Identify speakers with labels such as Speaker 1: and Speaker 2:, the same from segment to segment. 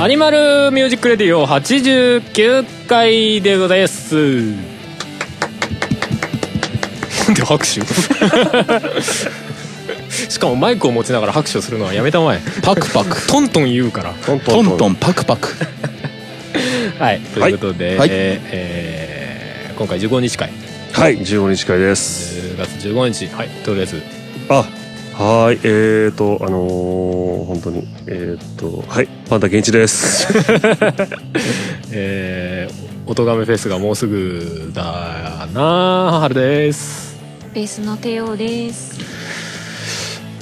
Speaker 1: アニマルミュージックレディオ89回でございます。 で拍手 しかもマイクを持ちながら拍手をするのはやめたまえ
Speaker 2: パクパク
Speaker 1: トントン言うから
Speaker 3: トント
Speaker 2: ト
Speaker 3: ン
Speaker 2: ントンパクパク
Speaker 1: はいということで、
Speaker 2: はい
Speaker 1: えーえー今回15日会
Speaker 3: はい15日会です
Speaker 1: 10月15日はいとりあえず
Speaker 3: あはーいえーとあのー、本当にえーとはいパンダ健一です
Speaker 1: えー、おとがめフェスがもうすぐだな春です
Speaker 4: ベースの帝王です。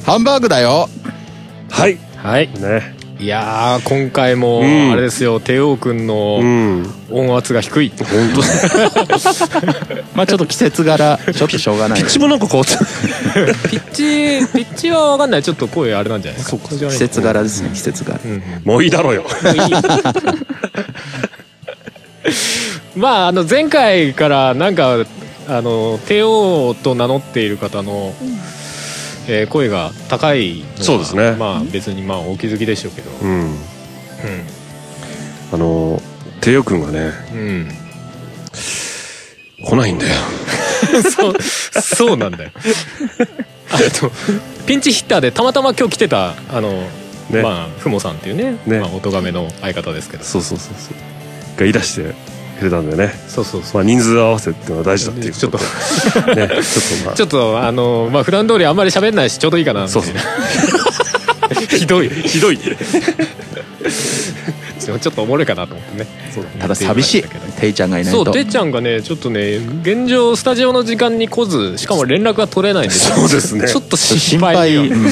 Speaker 2: ハンバーグだよ
Speaker 3: はい
Speaker 1: はい
Speaker 3: ね
Speaker 1: いやー今回も
Speaker 3: うん
Speaker 1: あれですよ帝王くん
Speaker 3: う
Speaker 1: の
Speaker 3: ん
Speaker 1: 音圧が低い、
Speaker 3: 本当
Speaker 2: まあちょっと季節柄ちょっとしょうがない
Speaker 3: ピッチもなんか変わった
Speaker 1: ピッチピッチは分かんないちょっと声あれなんじゃないですか
Speaker 2: 季節柄ですね季節柄
Speaker 1: うん
Speaker 3: もういいだろうよ
Speaker 1: まああの前回からなんかあの帝王と名乗っている方の、えー声が高いのは
Speaker 3: そうですね
Speaker 1: まあ別にまあお気づきでしょうけど
Speaker 3: うんあのー、テヨ君がね
Speaker 1: うん、うん
Speaker 3: 来ないんだよ
Speaker 1: そう、そうなんだよ。 あと、ピンチヒッターでたまたま今日来てた、あの、
Speaker 3: ね
Speaker 1: まあ、ふもさんっていうね、
Speaker 3: ね
Speaker 1: まあ、おとがめの相方ですけど。
Speaker 3: そうそうそうそうがいらしてくれたんだよね
Speaker 1: そうそうそ
Speaker 3: まあ人数合わせっていうのは大事だっていう
Speaker 1: ちょっと、
Speaker 3: とねちょっとまあ
Speaker 1: ちょっと、あの、まあ、普段通りあんまり喋んないし、ちょうどいいかな。
Speaker 3: そうそう
Speaker 1: ひどい。
Speaker 3: ひどい
Speaker 1: ちょっとおもろいかなと思ってね。
Speaker 2: ただ寂しいていちゃんがいない
Speaker 1: そ
Speaker 2: と
Speaker 1: う、てっちゃんがね、ちょっとね、現状スタジオの時間に来ず、しかも連絡が取れないんで、
Speaker 3: そうですね
Speaker 1: ちょっと心
Speaker 2: 心配
Speaker 1: 配に
Speaker 2: うん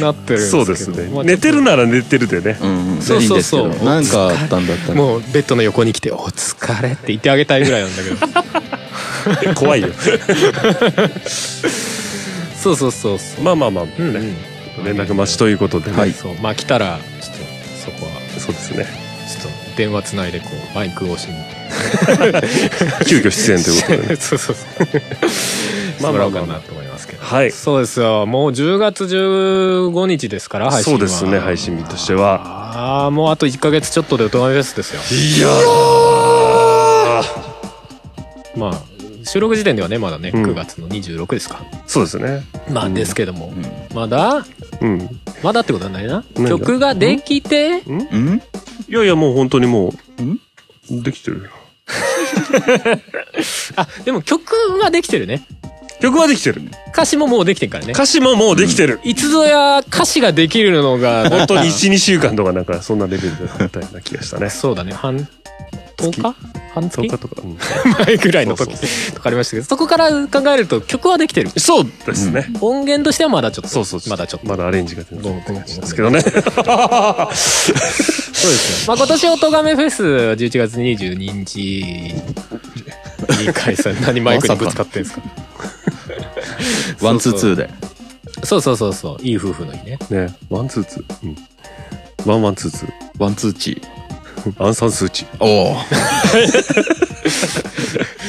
Speaker 1: なってるんですけ
Speaker 3: そ
Speaker 1: ど。
Speaker 3: うですね
Speaker 1: まあ
Speaker 3: 寝てるなら寝てるでね
Speaker 2: うんうん
Speaker 1: そう
Speaker 2: いいん
Speaker 1: そう
Speaker 2: ですけ
Speaker 1: そう
Speaker 2: どなんかあったんだったら
Speaker 1: もうベッドの横に来て「お疲れ」って言ってあげたいぐらいなんだけど
Speaker 3: 怖いよ
Speaker 1: そうそうそうそ
Speaker 3: まあまあまあ、ね
Speaker 1: う、うん
Speaker 3: 連絡待ちということでね、
Speaker 2: はい
Speaker 1: そうまあ来たらちょっとそこは
Speaker 3: そうですね
Speaker 1: ちょっと電話つないでこうマイク越しに
Speaker 3: 急遽出演ということで ね
Speaker 1: そうそうそう
Speaker 3: ま
Speaker 1: ま
Speaker 3: あ
Speaker 1: あ
Speaker 3: ま
Speaker 1: ま
Speaker 3: あ
Speaker 1: あ
Speaker 3: ま
Speaker 1: か
Speaker 3: あ
Speaker 1: なと思いますけど
Speaker 3: はい
Speaker 1: そうですよもう10月15日ですから配信
Speaker 3: そう
Speaker 1: は
Speaker 3: ですね配信日としては
Speaker 1: ああもうあと1か月ちょっとで「とがめフェス」ですよ
Speaker 3: いや
Speaker 1: まあ収録時点ではねまだね
Speaker 3: うん
Speaker 1: 9月の26ですか、
Speaker 3: そうですね
Speaker 1: まあ
Speaker 3: うん
Speaker 1: ですけども、
Speaker 2: ん
Speaker 1: まだ
Speaker 3: うん
Speaker 1: まだってことはないな
Speaker 3: 何が
Speaker 1: 曲ができて
Speaker 2: うん
Speaker 3: いやいやもう本当にも
Speaker 2: ん
Speaker 3: うできてるよ
Speaker 1: あでも曲はできてるね
Speaker 3: 曲はできてる
Speaker 1: 歌詞ももうできてるからね
Speaker 3: 歌詞ももうできてる、
Speaker 1: いつぞや歌詞ができるのが
Speaker 3: 本当に12週間とかなんかそんなレベルだったような気がしたね
Speaker 1: そうだね半10日半
Speaker 3: そう
Speaker 1: 月
Speaker 3: かとか、うん
Speaker 1: 前 ぐらいの時
Speaker 3: そう
Speaker 1: とかありましたけどそこから考えると曲はできてる
Speaker 3: そうですね、
Speaker 1: 音源としてはまだちょっと
Speaker 3: そうそう
Speaker 1: まだちょっと
Speaker 3: まだアレンジが出てない
Speaker 1: どうもどうも
Speaker 3: ですけどね
Speaker 1: そうですよ、まあ、今年おとがめフェス11月22日に開催何マイクにぶつかってんですか
Speaker 2: ワンツーツーで
Speaker 1: そうそうそうそういい夫婦の日ね
Speaker 3: ねワンツーツー、うん、ワンワンツーツー
Speaker 2: ワンツーチー
Speaker 3: アンサン数値
Speaker 2: おお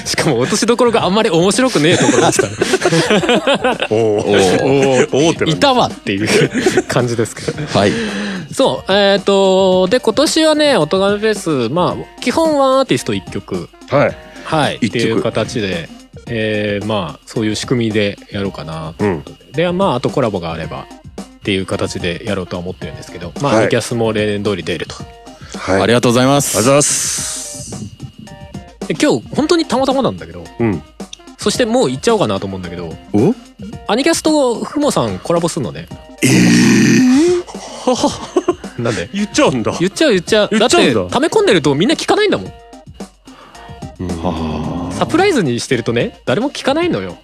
Speaker 1: しかも落としどころがあんまり面白くねえところでしたね
Speaker 3: おおおおおって
Speaker 1: いたわっていう感じですけど
Speaker 2: はい
Speaker 1: そうえっ、とで今年はね「おとがめフェス」まあ基本はアーティスト1曲
Speaker 3: はい
Speaker 1: はい
Speaker 2: 一曲
Speaker 1: っていう形でえーまあそういう仕組みでやろうかな
Speaker 3: うん
Speaker 1: でまああとコラボがあればっていう形でやろうとは思ってるんですけどまあ、
Speaker 3: はい
Speaker 1: アニキャスも例年通り出ると
Speaker 3: はい
Speaker 2: ありがとうございま
Speaker 3: あり
Speaker 2: す
Speaker 3: がとうございます。
Speaker 1: で今日本当にたまたまなんだけど
Speaker 3: うん。
Speaker 1: そしてもう行っちゃおうかなと思うんだけど
Speaker 2: お
Speaker 1: アニキャスとふもさんコラボするのねえ なんで
Speaker 3: 言っちゃうんだ。
Speaker 1: 言っちゃう言っちゃう
Speaker 3: 言っちゃうんだ
Speaker 1: だって溜め込んでるとみんな聞かないんだもん
Speaker 2: は
Speaker 1: サプライズにしてるとね誰も聞かないのよ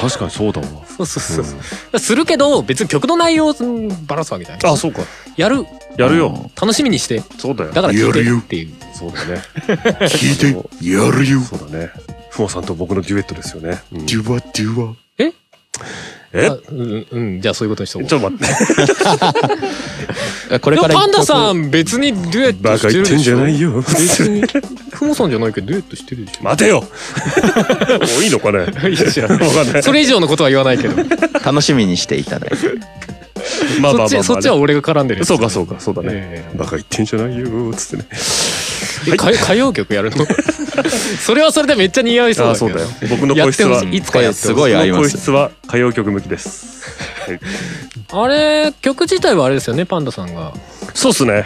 Speaker 3: 確かにそうだわ。
Speaker 1: そうそうそうそう、するけど別に曲の内容をうんバラすわけじゃない
Speaker 3: あ、そうか。
Speaker 1: やる
Speaker 3: やるよ。
Speaker 1: 楽しみにして
Speaker 3: そうだよ。
Speaker 1: だから聞いて
Speaker 2: やるよ
Speaker 1: っていう
Speaker 3: そうだね。
Speaker 2: 聞いてやるよ
Speaker 3: そうだね。ふもさんと僕のデュエットですよね。うん
Speaker 2: デュワデュワ
Speaker 1: え
Speaker 3: え
Speaker 1: あうん、うん、じゃあそういうことにしとこう
Speaker 3: ちょっと待って。
Speaker 2: これ
Speaker 1: い
Speaker 2: か
Speaker 1: や
Speaker 2: ら
Speaker 1: パンダ
Speaker 2: ん
Speaker 1: さん別にデュエット
Speaker 3: バ
Speaker 1: して
Speaker 3: カ
Speaker 1: る
Speaker 3: 言
Speaker 1: でしょ
Speaker 3: ってんじゃないよ。
Speaker 1: 別にふもさんじゃないけどデュエットしてるでしょ
Speaker 3: 待てよもういいのかね
Speaker 1: いや知ら
Speaker 3: わかんない。
Speaker 1: それ以上のことは言わないけど、
Speaker 2: 楽しみにしていただいて
Speaker 3: まあまあまあまあ
Speaker 1: そっちそっちは俺が絡んでる
Speaker 3: そうかそううか、そうだね。
Speaker 1: え
Speaker 3: バカ言ってんじゃないよ、つってね。
Speaker 1: ええ歌歌謡曲やるの それはそれでめっちゃ似合いそう
Speaker 3: あ
Speaker 1: だ
Speaker 3: あ、
Speaker 1: けど
Speaker 3: そうだよ。僕の声質
Speaker 1: やっ
Speaker 3: は
Speaker 1: て、ほしいいつかやってほしい
Speaker 2: すごい合いま
Speaker 3: 声
Speaker 2: す
Speaker 3: 質は歌謡曲向き です。はい
Speaker 1: あれ曲自体はあれですよねパンダさんが
Speaker 3: そうっすね。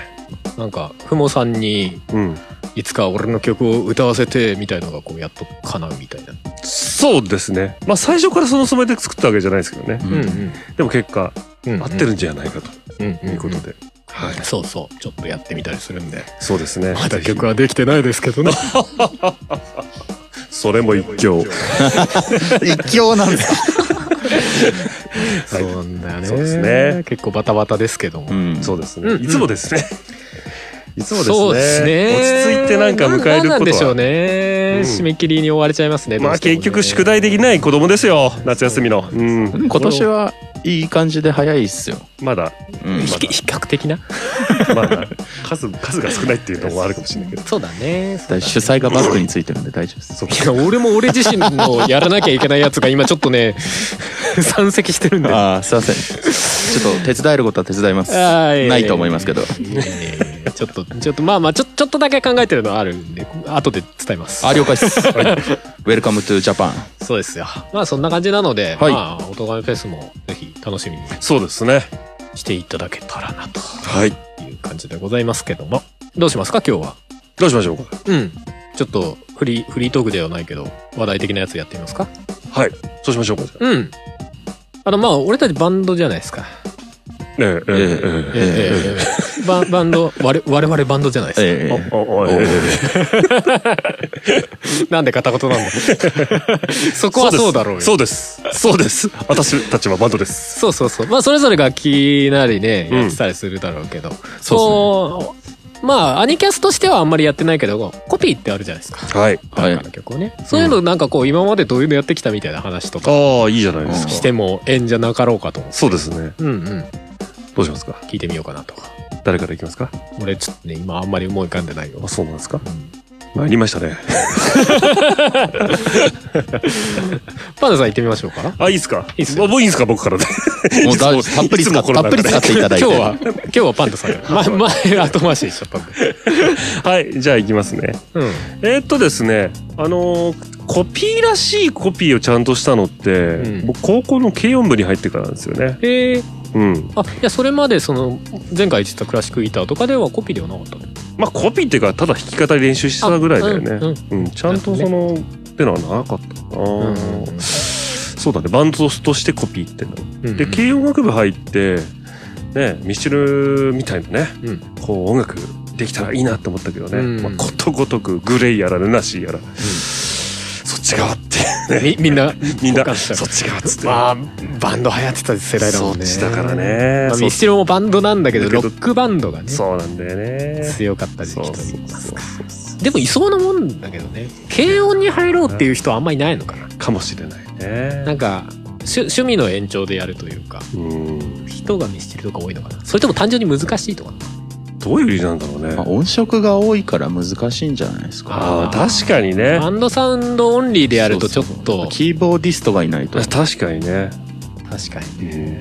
Speaker 1: なんかふもさんに
Speaker 3: うん。
Speaker 1: いつか俺の曲を歌わせてみたいのがこうやっと叶うみたいな、
Speaker 3: そうですね。まあ最初からそのつもりで作ったわけじゃないですけどね。
Speaker 2: うん
Speaker 3: でも結果、
Speaker 1: うんうん
Speaker 3: 合ってるんじゃないか
Speaker 1: うんうん
Speaker 3: ということで。はい。
Speaker 1: そうそうちょっとやってみたりするんで
Speaker 3: そうですね。
Speaker 1: まだ曲はできてないですけどね
Speaker 3: それも一興。
Speaker 2: 一強なんだ
Speaker 1: そうなんだよね
Speaker 3: そうですね
Speaker 1: 結構バタバタですけども、
Speaker 2: ん
Speaker 3: そうですね。
Speaker 1: うん
Speaker 3: いつも ですね。いつもですね。
Speaker 1: そうですね
Speaker 3: 落ち着いてなんか迎える
Speaker 1: ななん
Speaker 3: こ
Speaker 1: でし
Speaker 3: と
Speaker 1: ょ
Speaker 3: は
Speaker 1: う。ね、
Speaker 3: うん
Speaker 1: 締め切りに追われちゃいますね
Speaker 3: まあ結局宿題でき
Speaker 1: い
Speaker 3: ない子供ですよ。夏休みの。うん。
Speaker 2: 今年はいい感じで早いっすよ、
Speaker 3: まだ、
Speaker 2: うん
Speaker 1: 比比較的 な
Speaker 3: まだ、数、数が少ないっていうのもあるかもしれないけど。
Speaker 1: そうだねそうだね
Speaker 2: 主催がバックについてるんで大丈夫です
Speaker 3: そう
Speaker 1: いや俺も俺自身のやらなきゃいけないやつが今ちょっとね山積してるんで
Speaker 2: ああ すいませんちょっと手伝えることは手伝います
Speaker 1: あー
Speaker 2: ないと思いますけど
Speaker 1: いやいやいやいやちょっとちょっとまあまあちょちょっとだけ考えてるのはあるんで後で伝えます
Speaker 2: あ了解ですウェルカムトゥジャパン
Speaker 1: そうですよまあそんな感じなので、
Speaker 2: はい
Speaker 1: まあおとがめフェスもぜひ楽しみに
Speaker 3: そうですね。
Speaker 1: していただけたらなと
Speaker 3: はい。
Speaker 1: いう感じでございますけどもどうしますか今日は
Speaker 3: どうしましょうか。
Speaker 1: うんちょっとフリーフリートークではないけど話題的なやつやってみますか
Speaker 3: はい。そうしましょうか。じゃあ
Speaker 1: うんあのまあ俺たちバンドじゃないですか
Speaker 3: ええ、ええ、ええ。
Speaker 1: ええええバ バンド我々我々バンドじゃないですか、
Speaker 2: ええ
Speaker 3: ああええええ
Speaker 1: なんで片言なんだ そこはそうだろうよ
Speaker 3: そうです。そうです。私たちはバンドです。
Speaker 1: そうそうそう。まあ、それぞれ楽器なりね、
Speaker 3: うん
Speaker 1: やってたりするだろうけど。そう、まあ、アニキャスとしてはあんまりやってないけど、コピーってあるじゃないですか。
Speaker 3: はい。
Speaker 2: はい
Speaker 1: の曲をね。そういうのなんかこう、今までどういうのやってきたみたいな話とか
Speaker 3: ああ、いいじゃないですか。
Speaker 1: しても、ええんじゃなかろうかと思う。
Speaker 3: そうですね。
Speaker 1: うんうん。
Speaker 3: どうしますか
Speaker 1: 聞いてみようかなと。
Speaker 3: 誰からいきますか
Speaker 1: 俺、ちょっとね、今あんまり思い浮かんでないよ
Speaker 3: あ、。そうなんですか参りましたね。
Speaker 1: パンダさん行ってみましょうか。
Speaker 3: あ、いいっすか
Speaker 1: いいっすよ
Speaker 3: あもういいんすか僕 からで。
Speaker 2: もうだ
Speaker 3: いつ
Speaker 2: た
Speaker 3: も
Speaker 2: っぷり
Speaker 3: いつ
Speaker 2: 使
Speaker 3: も
Speaker 2: っ
Speaker 3: この
Speaker 2: たっぷり使っていただ
Speaker 1: 今
Speaker 2: い
Speaker 1: 日
Speaker 2: て
Speaker 1: は、今日はパンダさんが。ま、前、後回しにしちゃったんで。
Speaker 3: はい、じゃあいきますね。
Speaker 1: うん。
Speaker 3: えーっとですね、あのーコピーらしいコピーをちゃんとしたのって、
Speaker 1: ん
Speaker 3: 僕高校の軽音部に入ってからなんですよね。
Speaker 1: えー、
Speaker 3: うん。
Speaker 1: あ、いや、それまでその、前回言ってたクラシックギターとかではコピーではなかったの
Speaker 3: まあコピーっていうか、ただ弾き語り練習してたぐらいだよね。
Speaker 1: あうん
Speaker 3: うんちゃんとその、ってのはなかったかな、
Speaker 1: うん
Speaker 3: そうだね、バンドとしてコピーっての。
Speaker 1: うん
Speaker 3: で、軽音楽部入って、ね、ミスチルみたいなね、
Speaker 1: うん
Speaker 3: こう音楽できたらいいなって思ったけどね、
Speaker 1: うん
Speaker 3: まあ、ことごとくグレイやらルナシーやら、そっち側って
Speaker 1: みみんな
Speaker 3: みん
Speaker 1: 交換
Speaker 3: な
Speaker 1: した
Speaker 3: そっち側っつって、
Speaker 1: まあバンド流行ってた世代だもんね
Speaker 3: そっちだからね
Speaker 1: まあ
Speaker 3: そう
Speaker 1: ミスチルもバンドなんだけど
Speaker 3: だけ
Speaker 1: ロ
Speaker 3: ど
Speaker 1: ックバンドがね
Speaker 3: そうなんだよね
Speaker 1: 強かった時
Speaker 3: そう
Speaker 1: 期
Speaker 3: そう
Speaker 1: と
Speaker 3: そ
Speaker 1: いういますか
Speaker 3: そう
Speaker 1: でもいそうなもんだけどね軽音に入ろうっていう人はあんまりいないのかな
Speaker 3: かもしれないね
Speaker 1: なんか趣趣味の延長でやるというか
Speaker 3: うん
Speaker 1: 人がミスチルとか多いのかなそれとも単純に難しいとか
Speaker 3: どういう理由なんだろうね
Speaker 2: まあ音色が多いから難しいんじゃないですか
Speaker 3: ああ確かにね
Speaker 1: バンドサウンドオンリーでやるとちょっ
Speaker 2: そうそう
Speaker 1: と
Speaker 2: キーボーディストがいないと
Speaker 3: 確かにね
Speaker 1: 確かに
Speaker 3: うん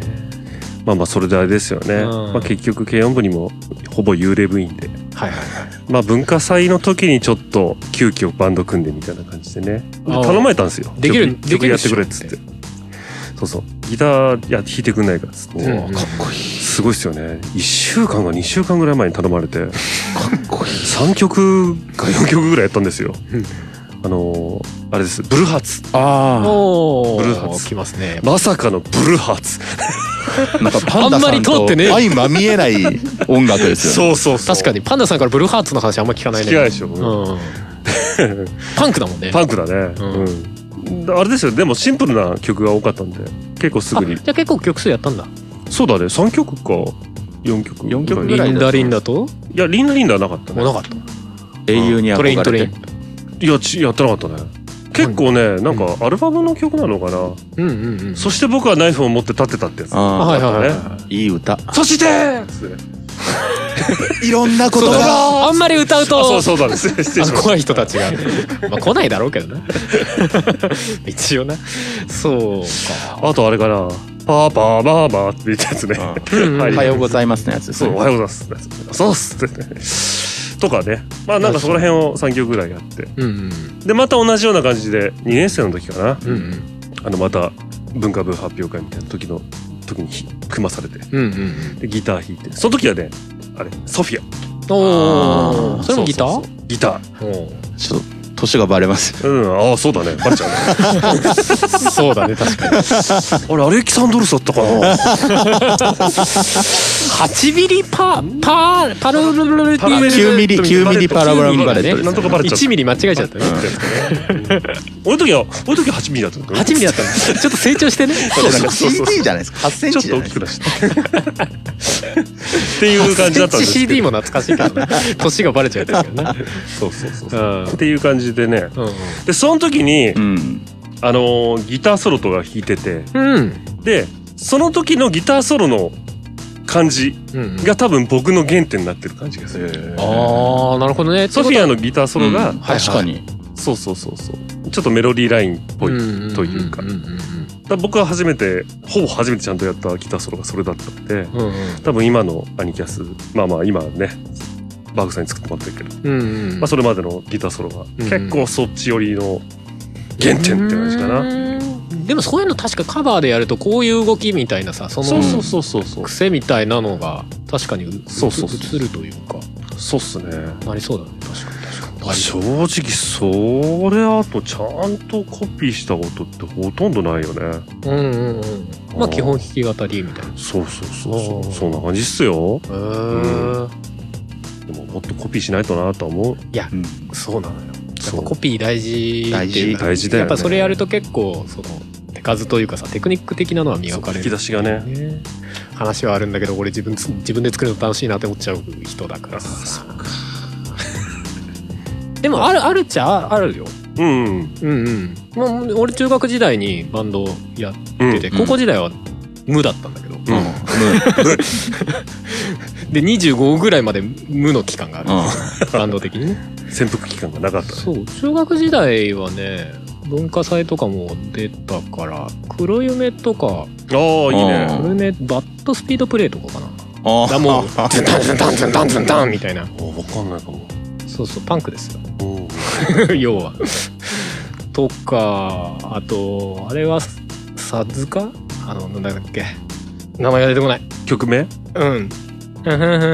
Speaker 3: まあまあそれであれですよね、
Speaker 1: うん
Speaker 3: まあ、結局軽音部にもほぼ幽霊部員で
Speaker 1: はいはいはい
Speaker 3: まあ文化祭の時にちょっと急遽バンド組んでみたいな感じでねで
Speaker 1: ああ
Speaker 3: 頼まれたんですよ
Speaker 1: できるで
Speaker 3: 曲
Speaker 1: き
Speaker 3: 曲
Speaker 1: る
Speaker 3: や
Speaker 1: っ
Speaker 3: って
Speaker 1: し
Speaker 3: く
Speaker 1: ょ
Speaker 3: れっつってそうそうギターや弾いてくんないかっつって、
Speaker 1: うんうん
Speaker 3: かっこいいすごいっすよね1週間か2週間ぐらい前に頼まれて
Speaker 2: こいい
Speaker 3: 3曲か4曲ぐらいやったんですよ、
Speaker 1: うん
Speaker 3: あのーあれですブルーハーツ
Speaker 2: あ
Speaker 1: お
Speaker 3: ブルーハー
Speaker 1: お
Speaker 3: ツ
Speaker 1: きますね
Speaker 3: まさかのブルーハーツ
Speaker 2: あなんかパンダさ
Speaker 1: あんまり
Speaker 2: ん
Speaker 1: 通
Speaker 2: と
Speaker 1: ってね
Speaker 2: 相まみえない音楽ですよね
Speaker 3: そうそうそう
Speaker 1: 確かにパンダさんからブルーハーツの話あんま聞かない
Speaker 3: 聞
Speaker 1: ね
Speaker 3: きないでしょ、
Speaker 1: うんパンクだもんね。
Speaker 3: パンクだね
Speaker 1: う
Speaker 3: うんん、あれですよでもシンプルな曲が多かったんで結構すぐに
Speaker 1: あじゃあ結構曲数やったんだ。
Speaker 3: そうだね3曲か4曲
Speaker 2: 四曲
Speaker 1: リ
Speaker 2: ぐらい
Speaker 1: ンダリンダと
Speaker 3: いやリンダリンダはなかった
Speaker 1: もう
Speaker 3: ね
Speaker 1: なかった。
Speaker 2: 英雄に
Speaker 1: トレイン
Speaker 2: 憧
Speaker 1: トレ
Speaker 2: れ
Speaker 1: イ
Speaker 2: て
Speaker 1: ン。
Speaker 3: いやちやってなかったね結構ねなんかアルバムの曲なのかな、
Speaker 1: うんうんうん
Speaker 3: そして僕はナイフを持って立ってたってやつ
Speaker 1: あはいはいはい、
Speaker 3: ね
Speaker 2: いい歌。
Speaker 3: そして
Speaker 2: いろんなこ
Speaker 1: そ
Speaker 2: と
Speaker 1: うだ
Speaker 2: が。
Speaker 1: あんまり歌うと
Speaker 3: あそうそうだね失礼しま
Speaker 1: あ
Speaker 3: し
Speaker 1: の
Speaker 3: た
Speaker 1: 怖い人たちが、まあ、来ないだろうけどな一応なそう
Speaker 3: あとあれかなパーパーバーバーって言ったやつね
Speaker 2: あ
Speaker 1: うん
Speaker 2: お
Speaker 3: は
Speaker 2: はようございますのやつです
Speaker 3: そう、お
Speaker 2: ね。
Speaker 3: はようございます。そうっすってね。とかね。まあなんかそこら辺を3曲ぐらいやって。
Speaker 1: うんうん
Speaker 3: で、また同じような感じで、2年生の時かな。
Speaker 1: うんうん
Speaker 3: あの、また文化部発表会みたいな時の、時にひ組まされて。
Speaker 1: うんうんうん
Speaker 3: で、ギター弾いて。その時はね、あれ、ソフィア。
Speaker 1: おおそれもギター
Speaker 3: そうそうそうギタ
Speaker 1: お
Speaker 2: ちょっと年がバレます。
Speaker 3: ー。うん、ああ、そうだ ね。バレちゃうね。
Speaker 1: ーそうだね確かに
Speaker 3: あれ、アレキサンドルスだったかな。
Speaker 1: 8ミリパパパルルルルル
Speaker 3: パラ
Speaker 2: 9ミリ9ミリパラブランバレットですね。
Speaker 3: なんとかバレちゃった。
Speaker 1: 1ミリ間違えちゃったね
Speaker 3: 俺の時は、俺の時は8ミリだったんだけどね
Speaker 1: 8ミリだったのちょっと成長してね
Speaker 2: そうなんか
Speaker 3: そうそう
Speaker 2: CD じゃないですか。8セン
Speaker 3: ちょ
Speaker 2: チじ
Speaker 3: っと
Speaker 2: ゃ
Speaker 3: 大
Speaker 2: ない
Speaker 3: き
Speaker 2: で
Speaker 3: く
Speaker 2: すか。
Speaker 3: なっちゃった。っていう感じだったんですけ
Speaker 1: CD
Speaker 3: ど。
Speaker 1: も懐かしいけどね年がバレちゃうやつだけどな
Speaker 3: そうそうそう
Speaker 1: う
Speaker 3: そう。
Speaker 1: ん
Speaker 3: っていう感じでね。
Speaker 1: う
Speaker 3: で、その時に
Speaker 2: う、ん。
Speaker 3: あのーギターソロとか弾いてて、
Speaker 1: んうん
Speaker 3: で、その時のギターソロの感じ
Speaker 1: うん
Speaker 3: が多分僕の原点になってる感じがする。
Speaker 1: ああなるほどね
Speaker 3: ソフィアのギターソロが、
Speaker 2: うん確かに。
Speaker 3: そうそうそうそう。ちょっとメロディーラインっぽい。というか
Speaker 1: んんうん
Speaker 3: だから僕は初めて、ほぼ初めてちゃんとやったギターソロがそれだったんで、
Speaker 1: うん
Speaker 3: 多分今のアニキャス、まあまあ今ね、バーグさんに作ってもらってるけど、
Speaker 1: うんうんうん
Speaker 3: まあ、それまでのギターソロが
Speaker 1: うん
Speaker 3: 結構そっち寄りの原点って感じかな、
Speaker 1: なでもそういうの確かカバーでやるとこういう動きみたいなさそ
Speaker 3: そうそ
Speaker 1: の
Speaker 3: うそうそうそう
Speaker 1: 癖みたいなのが確かにう
Speaker 3: そうそうそう
Speaker 1: 映るというか
Speaker 3: そうっすね
Speaker 1: なりそうだね確かに確かに
Speaker 3: 正直それあとちゃんとコピーしたことってほとんどないよね
Speaker 1: うんうんうんまあ基本弾き語りみたいな
Speaker 3: そうそうそうそ
Speaker 1: あー
Speaker 3: うそんな感じっすよ
Speaker 1: へー
Speaker 3: でももっとコピーしないとなとは思
Speaker 2: う
Speaker 3: う
Speaker 2: ん
Speaker 1: そうなのよやっぱ
Speaker 3: そう
Speaker 1: コピー大事
Speaker 2: 大
Speaker 1: っていう
Speaker 2: 事
Speaker 1: か
Speaker 3: 大事だよ
Speaker 1: やっ
Speaker 3: ね
Speaker 1: ぱそれやると結構その手数というかさテクニック的なのは磨
Speaker 3: そう
Speaker 1: かれ
Speaker 3: 引
Speaker 1: る
Speaker 3: き出しがね
Speaker 1: ね話はあるんだけど俺自分つ自分で作るの楽しいなって思っちゃう人だからさでもあるあるっちゃあるよ
Speaker 3: うんうん
Speaker 1: うんうんもう俺中学時代にバンドやっ
Speaker 3: うん
Speaker 1: てて、
Speaker 2: うん
Speaker 1: 高校時代は無だったんだけど、
Speaker 3: うん
Speaker 1: で25ぐらいまで無の期間がある、
Speaker 2: うん
Speaker 1: バンド的にね
Speaker 3: 潜伏期間がなかったね
Speaker 1: そう中学時代はね文化祭とかも出たから黒夢とか
Speaker 3: ああいいね
Speaker 1: 黒夢バッドスピードプレイとかかな
Speaker 2: あー
Speaker 1: だもうダンダンダンダンダンダンダンみたいな
Speaker 3: あ分かんないかも
Speaker 1: そうそうパンクですよ
Speaker 3: う ん
Speaker 1: 要は。とかあとあれはさずかあのなんだっけ名前が出てこない
Speaker 3: 曲名
Speaker 1: うん。ベル
Speaker 3: ベル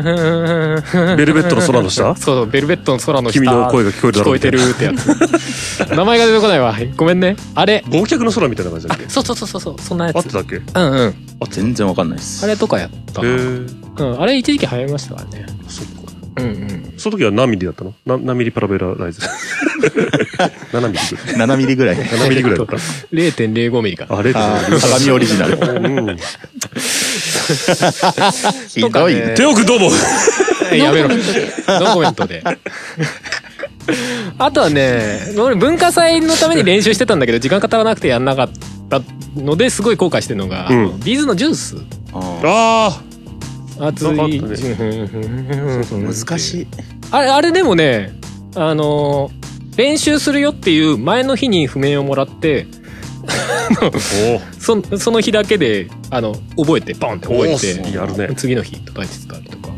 Speaker 3: ベットの空の下
Speaker 1: そうそうベルベットの空の下
Speaker 3: 君の声が聞こえるだ
Speaker 1: 聞
Speaker 3: ろ
Speaker 1: こ
Speaker 3: う
Speaker 1: えてるってやつ 名前が出てこないわごめんねあれ
Speaker 3: 忘却の空みたいな感じだっけ
Speaker 1: そうそうそうそうそうそんなや
Speaker 3: あって
Speaker 1: つ
Speaker 3: たっけへ
Speaker 1: うんうん
Speaker 2: 全然わかんないで
Speaker 1: あ
Speaker 2: す。
Speaker 1: れとかやったな
Speaker 3: え
Speaker 1: うんあれ一時期流行りましたからね
Speaker 3: そっか
Speaker 1: うんうん
Speaker 3: その時は何ミリだったのな何ミリパラベラライ ズ7ミリぐらい
Speaker 2: 7ミリぐらい。
Speaker 3: 7ミリぐらい だった
Speaker 1: 0.05ミリか
Speaker 3: あれ
Speaker 2: あー相模オリジナル。
Speaker 3: うん、
Speaker 2: ひどいね。
Speaker 3: 手をくどうも
Speaker 1: やめろ。ノーコメントで。あとはね、俺文化祭のために練習してたんだけど、時間が足らなくてやんなかったのですごい後悔してるのが、
Speaker 3: うん
Speaker 1: あのビーズのジュース。
Speaker 2: あ
Speaker 3: あ
Speaker 1: 熱
Speaker 3: なんかあっ
Speaker 1: い。
Speaker 3: たね
Speaker 2: ー難し
Speaker 1: い。
Speaker 2: い。
Speaker 1: あれ、あれでもね、あの、練習するよっていう前の日に譜面をもらって、
Speaker 3: あ
Speaker 1: そその日だけで、あの、覚えて、ボンって覚
Speaker 3: お
Speaker 1: え
Speaker 3: お
Speaker 1: て。
Speaker 3: やるね
Speaker 1: 次の日叩いてたりとか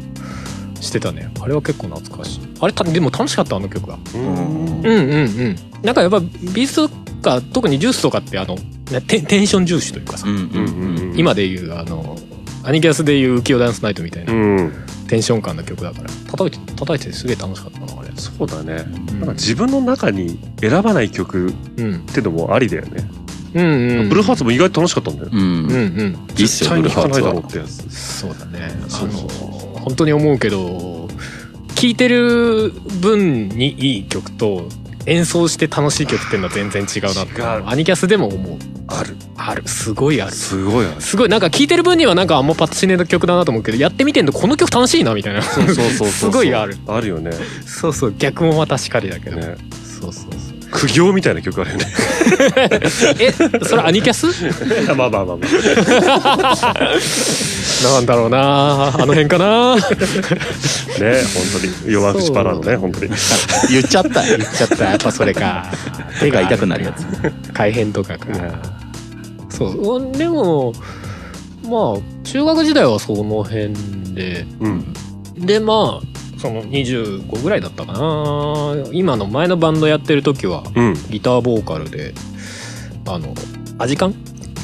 Speaker 1: してたねあれは結構懐かしいあれたでも楽しかったあの曲が
Speaker 3: うん
Speaker 1: うんうんうんなんかやっぱビーストとか特にジュースとかってあのねテンテンション重視というかさ、
Speaker 2: うん
Speaker 3: う
Speaker 2: うんんうん。
Speaker 3: うん
Speaker 1: 今でいうあのアニキャスでいう浮世ダンスナイトみたいうなんテンション感の曲だから叩いて叩いててすげえ楽しかったなあれ
Speaker 3: そうだね
Speaker 1: うん
Speaker 3: なんか自分の中に選ばない曲っ
Speaker 1: うん
Speaker 3: てのもありだよね、
Speaker 1: うんうん
Speaker 3: ブルーハーツも意外と楽しかったんだよ、
Speaker 2: うん
Speaker 1: うんうん
Speaker 2: いいっす
Speaker 3: 絶
Speaker 2: よ、
Speaker 3: 対
Speaker 2: ブル
Speaker 3: に
Speaker 2: ー
Speaker 3: 聴
Speaker 2: ハー
Speaker 3: かな
Speaker 2: ツ
Speaker 3: いだろう
Speaker 2: は。
Speaker 3: ってやつ
Speaker 1: そうだねあ
Speaker 3: そう
Speaker 1: の
Speaker 3: そうそう
Speaker 1: 本当に思うけど聴いてる分にいい曲と演奏して楽しい曲っていうのは全然違うなって
Speaker 3: 違う
Speaker 1: アニキャスでも思う
Speaker 3: ある
Speaker 1: あるすごいある
Speaker 3: すごいある
Speaker 1: すごいなんか聴いてる分にはなんかあんまパッとしねえ曲だなと思うけどやってみてんとこの曲楽しいなみたいな
Speaker 3: そうそうそうそう
Speaker 1: すごいある
Speaker 3: あるよね
Speaker 1: そうそう逆もまたしかりだけど、
Speaker 3: ね
Speaker 1: そうそうそう
Speaker 3: 苦行みたいな曲あるよね
Speaker 1: えそれアニキャス
Speaker 3: まあまあまあまあ
Speaker 1: なんだろうなあの辺かな
Speaker 3: ね本当に弱口パラのね本当に
Speaker 2: 言っちゃった
Speaker 1: 言っちゃったやっぱそれか
Speaker 2: 手が痛くなるやつ
Speaker 1: 改変とかか、そうでもまあ中学時代はその辺で
Speaker 3: うん
Speaker 1: でまあその25ぐらいだったかな今の前のバンドやってる時は
Speaker 3: うん
Speaker 1: ギターボーカルであのアジカン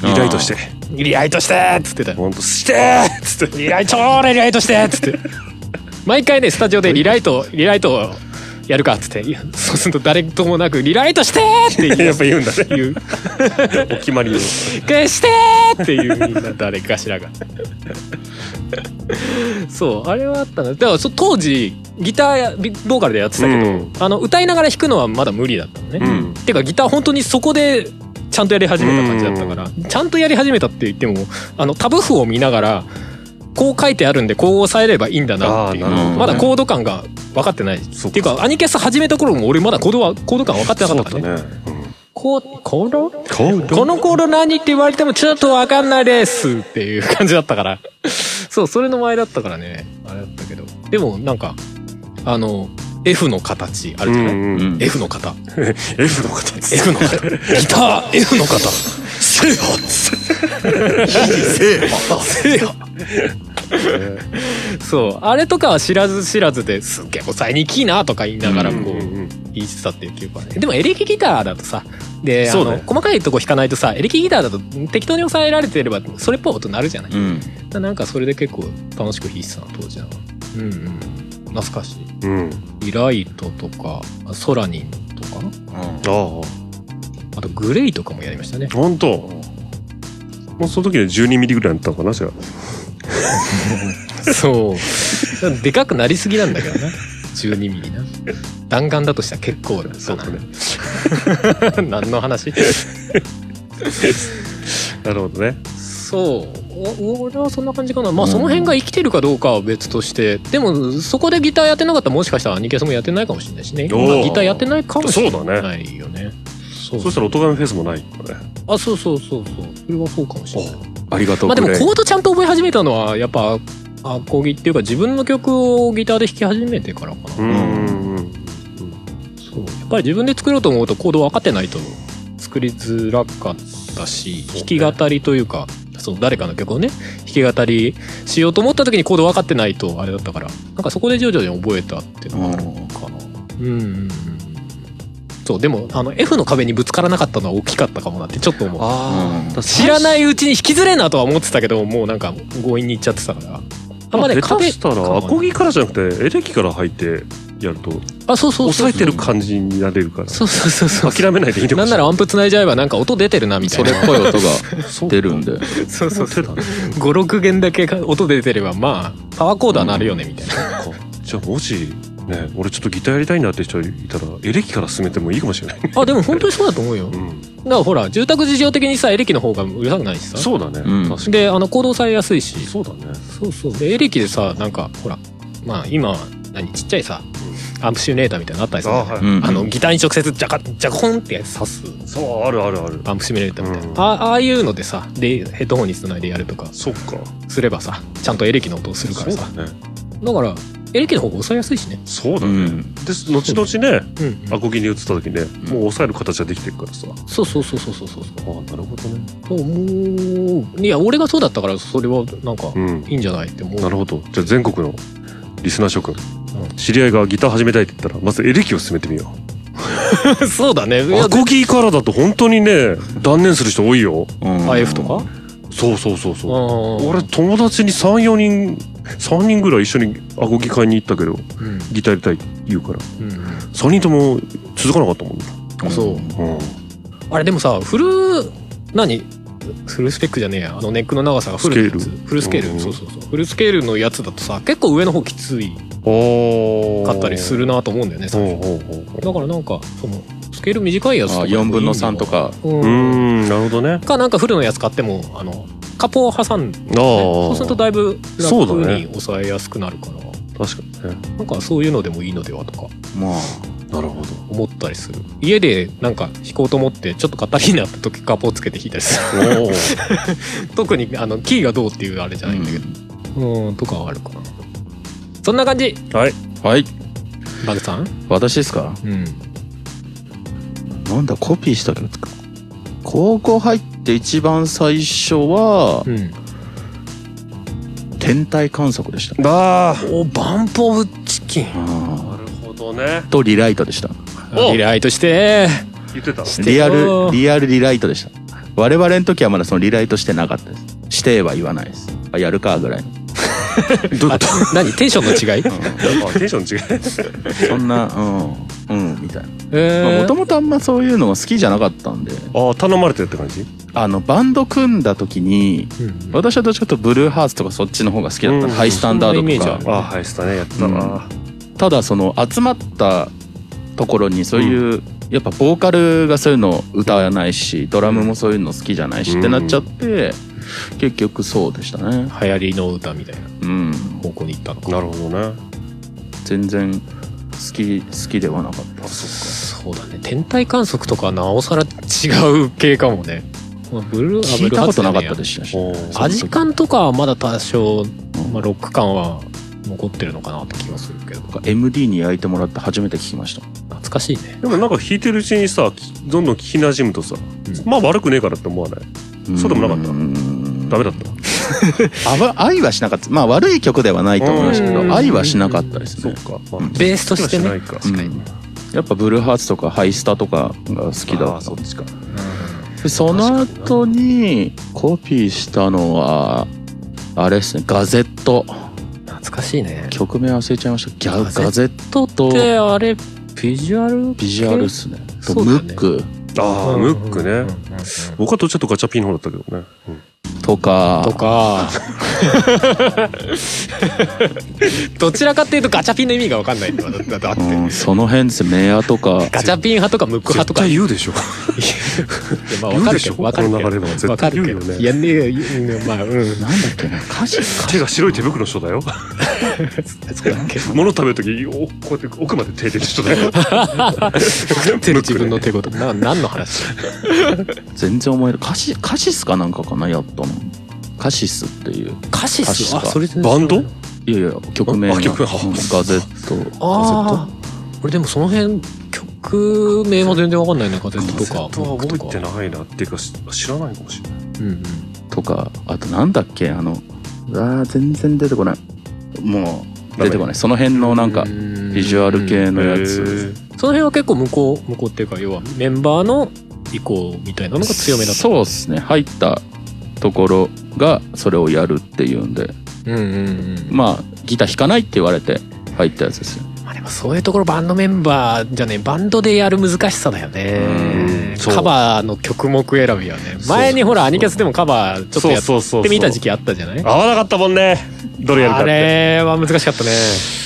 Speaker 3: 依頼として
Speaker 1: リライトしてーっつってたよ
Speaker 3: 本当してーっつって
Speaker 1: リライトーリライトしてーっつって毎回ねスタジオでリライトリライトをやるかっつっていやそうすると誰ともなくリライトしてーって言
Speaker 3: や
Speaker 1: う
Speaker 3: っぱ言うんだね
Speaker 1: 言う
Speaker 3: お決まりの
Speaker 1: 消してーっていうみんな誰かしらがそうあれはあったなだからそ当時ギターやビボーカルでやってたけど、
Speaker 3: うん
Speaker 1: あの歌いながら弾くのはまだ無理だったのね、
Speaker 3: うん
Speaker 1: てかギター本当にそこでちゃんとやり始めた感じだったから、ちゃんとやり始めたって言ってもあのタブ譜を見ながらこう書いてあるんでこう押さえればいいんだなっていう
Speaker 3: あーな
Speaker 2: るほどね
Speaker 1: まだコード感が分かってない
Speaker 3: そ
Speaker 1: っ
Speaker 3: うか
Speaker 1: ていうかアニキャス始めた頃も俺まだコードはコード感分かってなかったからね
Speaker 3: ね
Speaker 1: こうコード
Speaker 3: うん
Speaker 1: この頃何って言われてもちょっとわかんないですっていう感じだったから。そう、それの前だったからね。あれだったけど。でもなんか、あの、F の形あ
Speaker 3: う
Speaker 1: るじゃない、
Speaker 3: んう
Speaker 2: うんん
Speaker 1: ?F の型。
Speaker 3: F の方で す
Speaker 1: F の型。ギター F の型。制覇
Speaker 2: せ
Speaker 1: 制覇そう。あれとかは知らず知らずですっげえ抑えにきいなとか言いながらこう、言ってたっていう記憶はねでもエレキギターだとさで、あ
Speaker 3: そう
Speaker 1: の
Speaker 3: ね
Speaker 1: 細かいとこ弾かないとさエレキギターだと適当に抑えられてればそれっぽい音になるじゃない、
Speaker 2: うん
Speaker 1: だなんかそれで結構楽しく弾いてたな当時はうんうん懐かしい
Speaker 3: うん
Speaker 1: リライトとかあソラニンとか
Speaker 3: ああ
Speaker 1: あとグレイとかもやりましたね
Speaker 3: 本当もうその時は12ミリぐらいだったのかなじゃあ
Speaker 1: そうでかくなりすぎなんだけどな12ミリな弾丸だとしたら結構
Speaker 3: そ
Speaker 1: そう
Speaker 3: だね
Speaker 1: 何の話
Speaker 3: なるほどね
Speaker 1: そうお俺はそんな感じかなまあその辺が生きてるかどうかは別としてでもそこでギターやってなかったらもしかしたらアニキャスもやってないかもしれないしね
Speaker 3: おー
Speaker 1: 今ギターやってないかもしれ
Speaker 3: そうだね
Speaker 1: ないよねそう
Speaker 3: そしたらおとがめフェスもないからね
Speaker 1: あそうそうそうそうそれはそうかもしれない
Speaker 2: ありがとう
Speaker 1: まあでも
Speaker 2: グレイ
Speaker 1: コードちゃんと覚え始めたのはやっぱアコギっていうか自分の曲をギターで弾き始めてからかな、
Speaker 3: う
Speaker 1: や
Speaker 3: んうん
Speaker 1: っぱり自分で作ろうと思うとコード分かってないと作りづらかったし
Speaker 3: そう
Speaker 1: 弾き
Speaker 3: ね
Speaker 1: 語りというかその誰かの曲をね弾き語りしようと思った時にコード分かってないとあれだったからなんかそこで徐々に覚えたっていうのがあるかなうんうんうんそうでもあの F の壁にぶつからなかったのは大きかったかもなってちょっと思う
Speaker 3: あ
Speaker 2: うん
Speaker 3: あ
Speaker 1: 知ら
Speaker 3: い
Speaker 1: ないうちに引きずれんなとは思ってたけどもうなんか強引に行っちゃってたからあんまね
Speaker 3: 下手したらアコ
Speaker 1: ギ
Speaker 3: ギからじゃなくてエレキから入ってやると
Speaker 1: あそうそうそう
Speaker 3: 抑えてる感じになれるから
Speaker 1: そうそうそうそう
Speaker 3: 諦めないでいい
Speaker 1: な
Speaker 3: のか
Speaker 1: ん
Speaker 3: し
Speaker 1: な
Speaker 3: ら
Speaker 1: らアンプ繋いじゃえばなんか音出てるなみた
Speaker 2: そ
Speaker 1: いな
Speaker 2: れっぽい音が
Speaker 3: そう
Speaker 2: 出るんで
Speaker 1: そうそう
Speaker 3: 手だね
Speaker 1: 56弦だけが音出てればまあパワーコーダーなるよねみたいな、
Speaker 3: そっかじゃあもしね俺ちょっとギターやりたいなって人いたらエレキから進めてもいいかもしれない
Speaker 1: あでも本当にそうだと思うよだ
Speaker 3: うん
Speaker 1: からほら住宅事情的にさエレキの方がうるさくないしさ
Speaker 3: そうだね
Speaker 2: うん
Speaker 3: 確か
Speaker 1: であの行動されやすい
Speaker 3: に
Speaker 1: し
Speaker 3: そうだね
Speaker 1: そうそうでエレキでさなんかほらまあ今は何ちっちゃいさアンプシュネーターみたいなのあったりするじゃない
Speaker 3: は
Speaker 2: うん
Speaker 1: あのギターに直接ジャカジャコンって刺す
Speaker 3: そうあるあるある
Speaker 1: アンプシミュレーターみたいな、
Speaker 3: うん
Speaker 1: あああいうのでさでヘッドホンにつないでやるとか
Speaker 3: そっか
Speaker 1: すればさちゃんとエレキの音をするからさ
Speaker 3: そうだね
Speaker 1: だからエレキの方が抑えやすいしね
Speaker 3: そう
Speaker 2: う
Speaker 3: だね
Speaker 2: ん
Speaker 3: で後々ね
Speaker 1: うん、
Speaker 3: アコギに移った時ね
Speaker 2: ん
Speaker 3: もう抑える形はできてるからさあ
Speaker 1: そうそうそうそうそうそう
Speaker 3: あなるほどね
Speaker 1: そうもういや俺がそうだったからそれはなんか
Speaker 3: うん
Speaker 1: いいんじゃないって思う、
Speaker 3: なるほどじゃあ全国のリスナー諸君
Speaker 1: ん
Speaker 3: 知り合いがギター始めたいって言ったらまずエレキを進めてみよ
Speaker 1: そうだねいうや
Speaker 3: アコギからだと本当にね断念する人多いよ
Speaker 2: うん
Speaker 1: あ F とか
Speaker 3: そうそうそうそう
Speaker 1: うん
Speaker 3: 俺友達に34人3人ぐらい一緒にアコギ買いに行ったけど
Speaker 1: うん
Speaker 3: ギターやりたいって言うから
Speaker 1: うん
Speaker 3: 3人とも続かなかったもんね
Speaker 1: あそう
Speaker 3: うん
Speaker 1: あれでもさフル何フルスペックじゃねえやあのネックの長さがフルのやつ
Speaker 3: スケー
Speaker 1: フルスケール、
Speaker 3: うん
Speaker 1: そうそうそうフルスケールのやつだとさ結構上の方きつい
Speaker 3: お
Speaker 1: かったりするなと思うんだよね
Speaker 3: お
Speaker 1: 最初
Speaker 3: おう
Speaker 1: だからなんかそのスケール短いやつと
Speaker 2: あ
Speaker 1: か
Speaker 2: 4分の3とか
Speaker 1: うん
Speaker 3: うーんなるほどね
Speaker 1: かなんかフルのやつ買ってもあのカポを挟んで、ね、
Speaker 3: ああ
Speaker 1: そうするとだいぶ楽
Speaker 3: そうだね
Speaker 1: に抑えやすくなるから、
Speaker 3: 確かにね
Speaker 1: なんかそういうのでもいいのではとか
Speaker 2: まあ
Speaker 3: な
Speaker 5: なるほど。
Speaker 1: 思ったりする家でなんか弾こうと思ってちょっと硬いなって時カポをつけて弾いたり する
Speaker 5: おお。
Speaker 1: 特にあのキーがどうっていうあれじゃないんだけどうんとかはあるかなそんな感じ
Speaker 3: はい。
Speaker 2: はい
Speaker 1: バグさん
Speaker 2: 私ですか
Speaker 1: うん
Speaker 2: なんだコピーしたけど高校入って一番最初は
Speaker 1: うん
Speaker 2: 天体観測でしたね
Speaker 3: ああ。
Speaker 1: おバンプオブチキン
Speaker 2: うん
Speaker 3: なるほどね。
Speaker 2: とリライトでした
Speaker 3: お
Speaker 1: リライトして
Speaker 3: 言ってた。
Speaker 1: して
Speaker 2: リア
Speaker 1: よ
Speaker 2: ルリアルリライトでした我々の時はまだそのリライトしてなかったですしては言わないですあやるかぐらい の
Speaker 1: あ何テンションの違い
Speaker 3: あテンション違い。
Speaker 2: そんなうんうんみたい
Speaker 1: え
Speaker 2: なも
Speaker 1: ー
Speaker 2: ともとあんまそういうのが好きじゃなかったんで
Speaker 3: ああ頼まれてるって感じ。
Speaker 2: あのバンド組んだ時に
Speaker 1: うん
Speaker 2: 私はどっちかというとブルーハーツとかそっちの方が好きだった、
Speaker 3: うん
Speaker 2: ハイスタンダ
Speaker 1: そんなイ
Speaker 2: ー
Speaker 1: メージあ
Speaker 2: ド
Speaker 1: る
Speaker 2: と
Speaker 3: あ
Speaker 2: か
Speaker 3: あはいしたねやってたな。
Speaker 2: ただその集まったところにそういう、やっぱボーカルがそういうの歌わないしドラムもそういうの好きじゃないし、
Speaker 3: うん
Speaker 2: ってなっちゃって結局そうでしたね
Speaker 1: 流行りの歌みたいな
Speaker 2: うん
Speaker 1: 方向に行ったのか
Speaker 3: なるほどね。
Speaker 2: 全然好き好きではなかった
Speaker 1: そうだね天体観測とかなおさら違う系かもねまあブルーあ
Speaker 2: 聞いたことなかった
Speaker 1: ブルーハーツじゃねえ
Speaker 2: で
Speaker 1: や
Speaker 2: したし
Speaker 3: お
Speaker 2: あ
Speaker 3: ー
Speaker 1: アジカンとかはまだ多少、
Speaker 2: うん
Speaker 1: まあ、ロック感は残ってるのかなって気がするけど懐
Speaker 2: MD に焼いてもらって初めて聞きました
Speaker 1: かしいね
Speaker 3: でもなんか弾いてるうちにさきどんどん聞きなじむとさ、
Speaker 1: ん
Speaker 3: まあ悪くねえからって思わない。そうでもなかった
Speaker 2: ん
Speaker 3: ダメだった。
Speaker 2: あわ愛はしなかったまあ悪い曲ではないと思いましたけ
Speaker 1: うん
Speaker 2: ど愛はしなかったです
Speaker 3: そう
Speaker 2: ね
Speaker 3: か。
Speaker 2: う
Speaker 3: ま
Speaker 2: ん
Speaker 1: ベースとして
Speaker 3: な
Speaker 1: ね
Speaker 3: いか。
Speaker 2: 確かにやっぱブルーハーツとかハイスタとかが好きだった
Speaker 3: ちか。
Speaker 2: でその後にコピーしたのはあれですねガゼット
Speaker 1: 懐かしいね
Speaker 2: 曲名忘れちゃいましたギャ
Speaker 1: ガゼット
Speaker 2: ガゼッ
Speaker 1: と
Speaker 2: トと
Speaker 1: ってあれビジュアル
Speaker 2: ビジュアルっすねと
Speaker 1: そう
Speaker 2: ム
Speaker 1: だよね
Speaker 2: ック
Speaker 3: ああムックね。僕はどっちかというとガチャピンの方だったけどね。うん
Speaker 2: とか
Speaker 1: と かどちらかっていうとガチャピンの意味が分かんないってだってだって
Speaker 2: うん、その辺ですねメアとか
Speaker 1: ガチャピン派とかムック派とか
Speaker 3: 絶対言うでしょ。
Speaker 1: いやまあ分
Speaker 3: 言う
Speaker 1: かるけ
Speaker 3: でしょ。
Speaker 1: ど
Speaker 3: こ
Speaker 1: 分かる
Speaker 3: の
Speaker 1: け
Speaker 3: 流
Speaker 1: ど
Speaker 3: れは絶
Speaker 1: 分か
Speaker 3: 対言
Speaker 1: るけ
Speaker 3: うよ
Speaker 1: どい
Speaker 3: ね。
Speaker 1: やねうんまあ うん
Speaker 2: なんだっけな歌詞
Speaker 3: 手が白い手袋の人だよ。
Speaker 1: そうだっけ
Speaker 3: 物食べるとき、おこうやって奥まで手出てる人だよ。
Speaker 1: 食ってる自分の手事な何の話
Speaker 2: 全然思えるカシカシスかなんかかなやったのカシスっていう
Speaker 1: カシス
Speaker 2: カシスか
Speaker 1: れ全然
Speaker 3: バンド
Speaker 2: いやいや曲名
Speaker 3: あ
Speaker 2: が
Speaker 3: 曲名あ
Speaker 2: うんガゼット
Speaker 1: ああ俺でもその辺曲名も全然わかんないなガゼットと
Speaker 3: セッ
Speaker 1: か
Speaker 3: トは覚えて
Speaker 1: な
Speaker 3: ないなっていうか、し知らないかもしれない。
Speaker 1: うんうん
Speaker 2: とかあとなんだっけあのあ全然出てこないもう出てこないその辺のなんかビ
Speaker 1: ビ
Speaker 2: ジュアル系のや
Speaker 3: へ
Speaker 2: つ
Speaker 3: ー
Speaker 1: その辺は結構向こう向こうっていうか要はメンバーの意向みたいなのが強めだった
Speaker 2: そうですね入ったところがそれをやるっていうんで
Speaker 1: うんうんうん
Speaker 2: まあギター弾かないって言われて入ったやつですよ
Speaker 1: まあでもそういうところバンドメンバーじゃねバンドでやる難しさだよね
Speaker 3: うんそう
Speaker 1: カバーの曲目選びはね
Speaker 3: そう
Speaker 1: 前にほらアニキャスでもカバーちょっとやっ
Speaker 3: うそ
Speaker 1: てみた時期あったじゃない
Speaker 3: 合わなかったもんね。どれやるか
Speaker 1: あ
Speaker 3: って。
Speaker 1: れは難しかったね